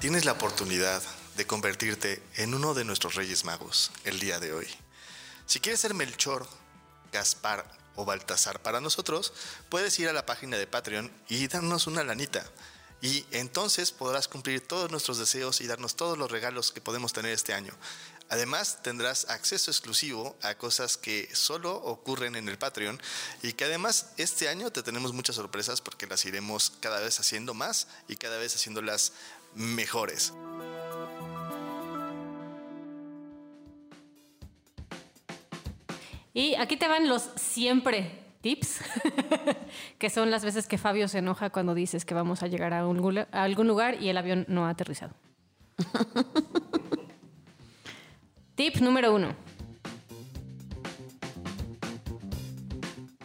[SPEAKER 2] Tienes la oportunidad de convertirte en uno de nuestros Reyes Magos el día de hoy. Si quieres ser Melchor, Gaspar o Baltasar para nosotros, puedes ir a la página de Patreon y darnos una lanita. Y entonces podrás cumplir todos nuestros deseos y darnos todos los regalos que podemos tener este año. Además, tendrás acceso exclusivo a cosas que solo ocurren en el Patreon y que además este año te tenemos muchas sorpresas porque las iremos cada vez haciendo más y cada vez haciéndolas mejores.
[SPEAKER 3] Y aquí te van los siempre tips, que son las veces que Fabio se enoja cuando dices que vamos a llegar a, un gula- a algún lugar y el avión no ha aterrizado. Tip número uno.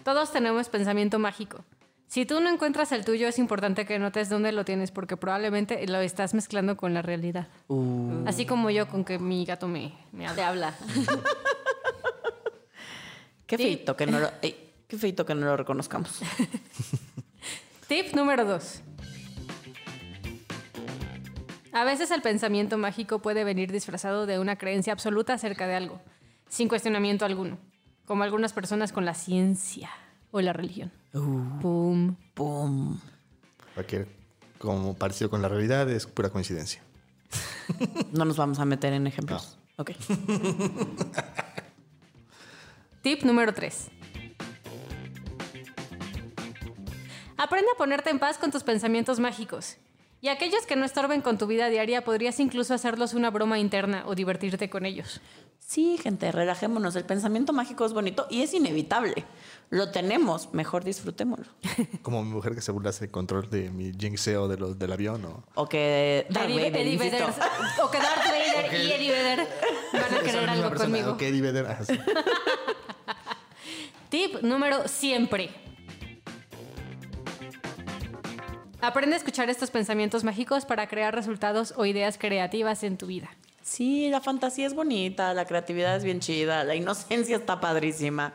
[SPEAKER 3] Todos tenemos pensamiento mágico. Si tú no encuentras el tuyo, es importante que notes dónde lo tienes porque probablemente lo estás mezclando con la realidad. Así como yo con que mi gato me, me
[SPEAKER 1] Te
[SPEAKER 3] habla.
[SPEAKER 1] habla.
[SPEAKER 4] Qué
[SPEAKER 3] Sí.
[SPEAKER 4] feito que no lo. ey, qué feito que no lo reconozcamos.
[SPEAKER 3] Tip número 2. A veces el pensamiento mágico puede venir disfrazado de una creencia absoluta acerca de algo, sin cuestionamiento alguno, como algunas personas con la ciencia o la religión. Pum.
[SPEAKER 4] Pum.
[SPEAKER 2] Cualquier como parecido con la realidad es pura coincidencia.
[SPEAKER 4] No nos vamos a meter en ejemplos. Ok.
[SPEAKER 3] Tip número 3. Aprende a ponerte en paz con tus pensamientos mágicos. Y aquellos que no estorben con tu vida diaria, podrías incluso hacerlos una broma interna o divertirte con ellos.
[SPEAKER 4] Sí, gente, relajémonos. El pensamiento mágico es bonito y es inevitable. Lo tenemos, mejor disfrutémoslo.
[SPEAKER 2] Como mi mujer que se burla del control de mi jinxeo de los, del avión o...
[SPEAKER 4] O que
[SPEAKER 2] Ah,
[SPEAKER 4] Darth
[SPEAKER 3] Eddie-
[SPEAKER 4] Vader,
[SPEAKER 3] Eddie
[SPEAKER 4] insisto.
[SPEAKER 3] Vedder. O que Darth Vader y Eddie Vedder van a
[SPEAKER 2] Esa
[SPEAKER 3] querer
[SPEAKER 2] misma
[SPEAKER 3] algo
[SPEAKER 2] persona,
[SPEAKER 3] conmigo.
[SPEAKER 2] ok, Eddie Vedder, ajá, sí.
[SPEAKER 3] Tip número siempre. Aprende a escuchar estos pensamientos mágicos para crear resultados o ideas creativas en tu vida.
[SPEAKER 4] Sí, la fantasía es bonita, la creatividad es bien chida, la inocencia está padrísima.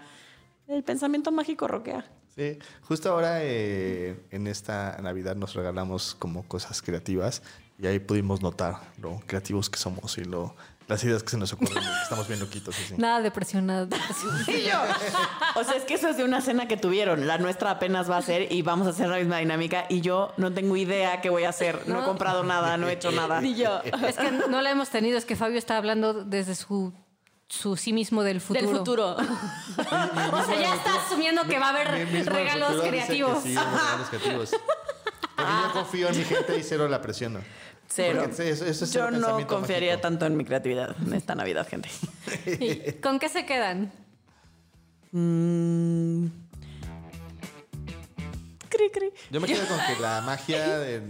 [SPEAKER 4] El pensamiento mágico roquea.
[SPEAKER 2] Sí, justo ahora eh, en esta Navidad nos regalamos como cosas creativas y ahí pudimos notar lo creativos que somos y lo, las ideas que se nos ocurren. y que Estamos bien loquitos. así.
[SPEAKER 3] Nada depresión, nada depresión.
[SPEAKER 4] Y yo. O sea, es que eso es de una cena que tuvieron. La nuestra apenas va a ser y vamos a hacer la misma dinámica. Y yo no tengo idea qué voy a hacer. No, he
[SPEAKER 3] No.
[SPEAKER 4] comprado nada, no he hecho nada.
[SPEAKER 3] Y yo. Es que no la hemos tenido, es que Fabio está hablando desde su, su sí mismo del futuro.
[SPEAKER 1] Del futuro.
[SPEAKER 3] O sea, ya está asumiendo que va a
[SPEAKER 2] Mi- mi
[SPEAKER 3] haber
[SPEAKER 2] mismo
[SPEAKER 3] regalos
[SPEAKER 2] futuro dice que
[SPEAKER 3] creativos.
[SPEAKER 2] Sí, unos regalos creativos. Porque yo confío en mi gente y cero la presiono.
[SPEAKER 4] Cero.
[SPEAKER 2] Porque eso- eso es
[SPEAKER 4] yo
[SPEAKER 2] el
[SPEAKER 4] no
[SPEAKER 2] pensamiento
[SPEAKER 4] confiaría
[SPEAKER 2] mágico.
[SPEAKER 4] tanto en mi creatividad en esta Navidad, gente.
[SPEAKER 3] ¿Y ¿Con qué se quedan?
[SPEAKER 4] Mm. Cri, cri.
[SPEAKER 2] Yo me quedo con que la magia de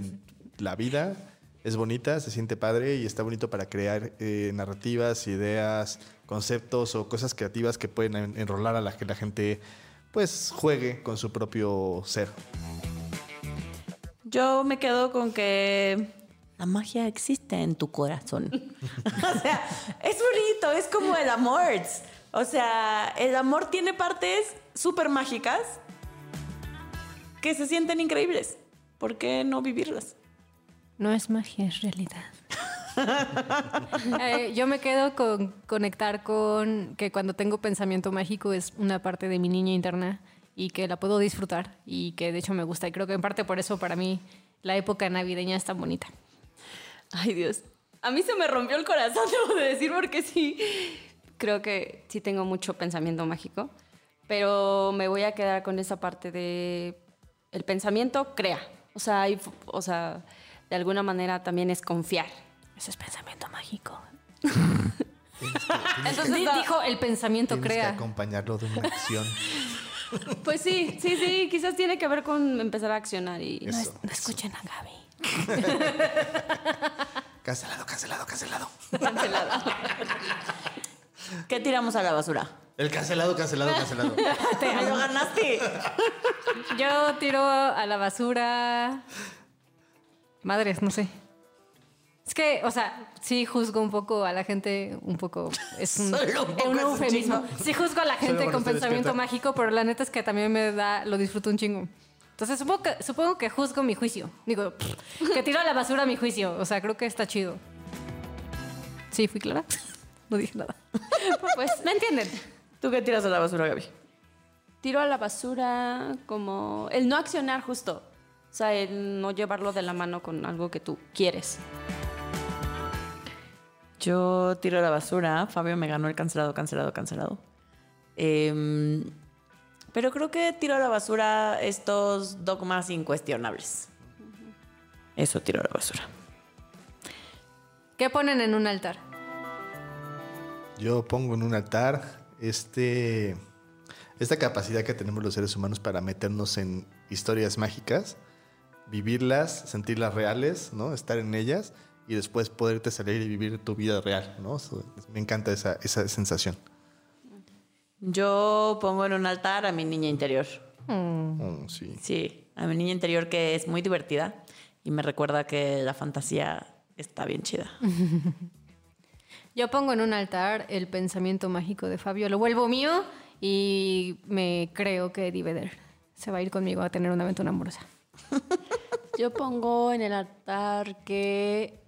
[SPEAKER 2] la vida es bonita, se siente padre y está bonito para crear eh, narrativas, ideas, conceptos o cosas creativas que pueden en- enrolar a la que la gente pues juegue con su propio ser.
[SPEAKER 4] Yo me quedo con que la magia existe en tu corazón. o sea, es bonito, es como el amor. O sea, el amor tiene partes súper mágicas que se sienten increíbles. ¿Por qué no vivirlas?
[SPEAKER 3] No es magia, es realidad. Eh, yo me quedo con conectar con que cuando tengo pensamiento mágico es una parte de mi niña interna y que la puedo disfrutar y que de hecho me gusta. Y creo que en parte por eso para mí la época navideña es tan bonita.
[SPEAKER 1] Ay, Dios. A mí se me rompió el corazón, debo de decir, porque sí, creo que sí tengo mucho pensamiento mágico, pero me voy a quedar con esa parte de el pensamiento crea. O sea, hay f- o sea, de alguna manera también es confiar.
[SPEAKER 3] Eso es pensamiento mágico.
[SPEAKER 2] Tienes
[SPEAKER 3] Entonces
[SPEAKER 1] no-
[SPEAKER 3] dijo el pensamiento
[SPEAKER 2] tienes que
[SPEAKER 3] crea.
[SPEAKER 2] acompañarlo de una acción.
[SPEAKER 1] Pues sí, sí, sí, quizás tiene que ver con empezar a accionar y...
[SPEAKER 2] Eso.
[SPEAKER 3] No escuchen a Gaby.
[SPEAKER 2] Casi Cancelado, cancelado, cancelado.
[SPEAKER 1] Cancelado.
[SPEAKER 4] ¿Qué tiramos a la basura?
[SPEAKER 2] El cancelado, cancelado, cancelado.
[SPEAKER 4] ¡Me lo ganaste!
[SPEAKER 3] Yo tiro a la basura. Madres, no sé. Es que, o sea, sí juzgo un poco a la gente, un poco. Es un,
[SPEAKER 4] Solo un
[SPEAKER 3] es
[SPEAKER 4] poco
[SPEAKER 3] un
[SPEAKER 4] es un
[SPEAKER 3] eufemismo.
[SPEAKER 4] chingo.
[SPEAKER 3] Sí juzgo a la gente
[SPEAKER 2] por
[SPEAKER 3] con
[SPEAKER 2] estar
[SPEAKER 3] pensamiento
[SPEAKER 2] despierta.
[SPEAKER 3] mágico, pero la neta es que también me da, lo disfruto un chingo. Entonces supongo que, supongo que juzgo mi juicio. Digo, pff, que tiro a la basura mi juicio. O sea, creo que está chido. Sí, fui clara. No dije nada. Pues me entienden.
[SPEAKER 4] ¿Tú qué tiras a la basura, Gaby?
[SPEAKER 1] Tiro a la basura como el no accionar justo. O sea, el no llevarlo de la mano con algo que tú quieres.
[SPEAKER 4] Yo tiro a la basura. Fabio me ganó el cancelado, cancelado, cancelado. Em, pero creo que tiro a la basura estos dogmas incuestionables. Eso tiro a la basura.
[SPEAKER 3] ¿Qué ponen en un altar?
[SPEAKER 2] Yo pongo en un altar este, esta capacidad que tenemos los seres humanos para meternos en historias mágicas, vivirlas, sentirlas reales, ¿no? Estar en ellas y después poderte salir y vivir tu vida real, ¿no? So, Me encanta esa, esa sensación.
[SPEAKER 4] Yo pongo en un altar a mi niña interior.
[SPEAKER 2] Mm, sí.
[SPEAKER 4] Sí, a mi niña interior que es muy divertida y me recuerda que la fantasía está bien chida.
[SPEAKER 3] Yo pongo en un altar el pensamiento mágico de Fabio, lo vuelvo mío y me creo que Eddie Vedder se va a ir conmigo a tener una aventura amorosa.
[SPEAKER 1] Yo pongo en el altar que.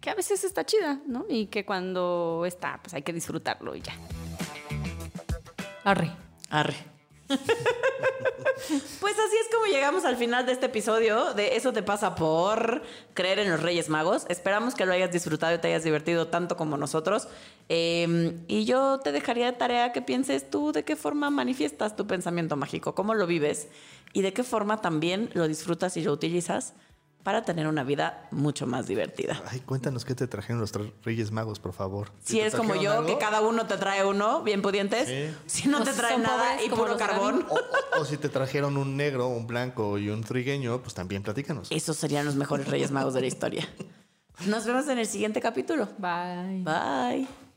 [SPEAKER 1] que a veces está chida, ¿no? Y que cuando está, pues hay que disfrutarlo y ya.
[SPEAKER 3] Arre.
[SPEAKER 4] Arre. pues así es como llegamos al final de este episodio de Eso te pasa por creer en los Reyes Magos. Esperamos que lo hayas disfrutado y te hayas divertido tanto como nosotros. Eh, y yo te dejaría de tarea que pienses tú de qué forma manifiestas tu pensamiento mágico, cómo lo vives y de qué forma también lo disfrutas y lo utilizas para tener una vida mucho más divertida.
[SPEAKER 2] Ay, cuéntanos qué te trajeron los tres Reyes Magos, por favor.
[SPEAKER 4] Si eres como yo, que cada uno te trae uno, bien pudientes. Si no
[SPEAKER 3] O
[SPEAKER 4] te
[SPEAKER 3] si
[SPEAKER 4] trae
[SPEAKER 3] son
[SPEAKER 4] nada
[SPEAKER 3] pobres
[SPEAKER 4] y
[SPEAKER 3] como
[SPEAKER 4] puro
[SPEAKER 3] los Gaby.
[SPEAKER 4] carbón.
[SPEAKER 2] O, o- o si te trajeron un negro, un blanco y un trigueño, pues también platícanos.
[SPEAKER 4] Esos serían los mejores Reyes Magos de la historia. Nos vemos en el siguiente capítulo.
[SPEAKER 3] Bye.
[SPEAKER 4] Bye.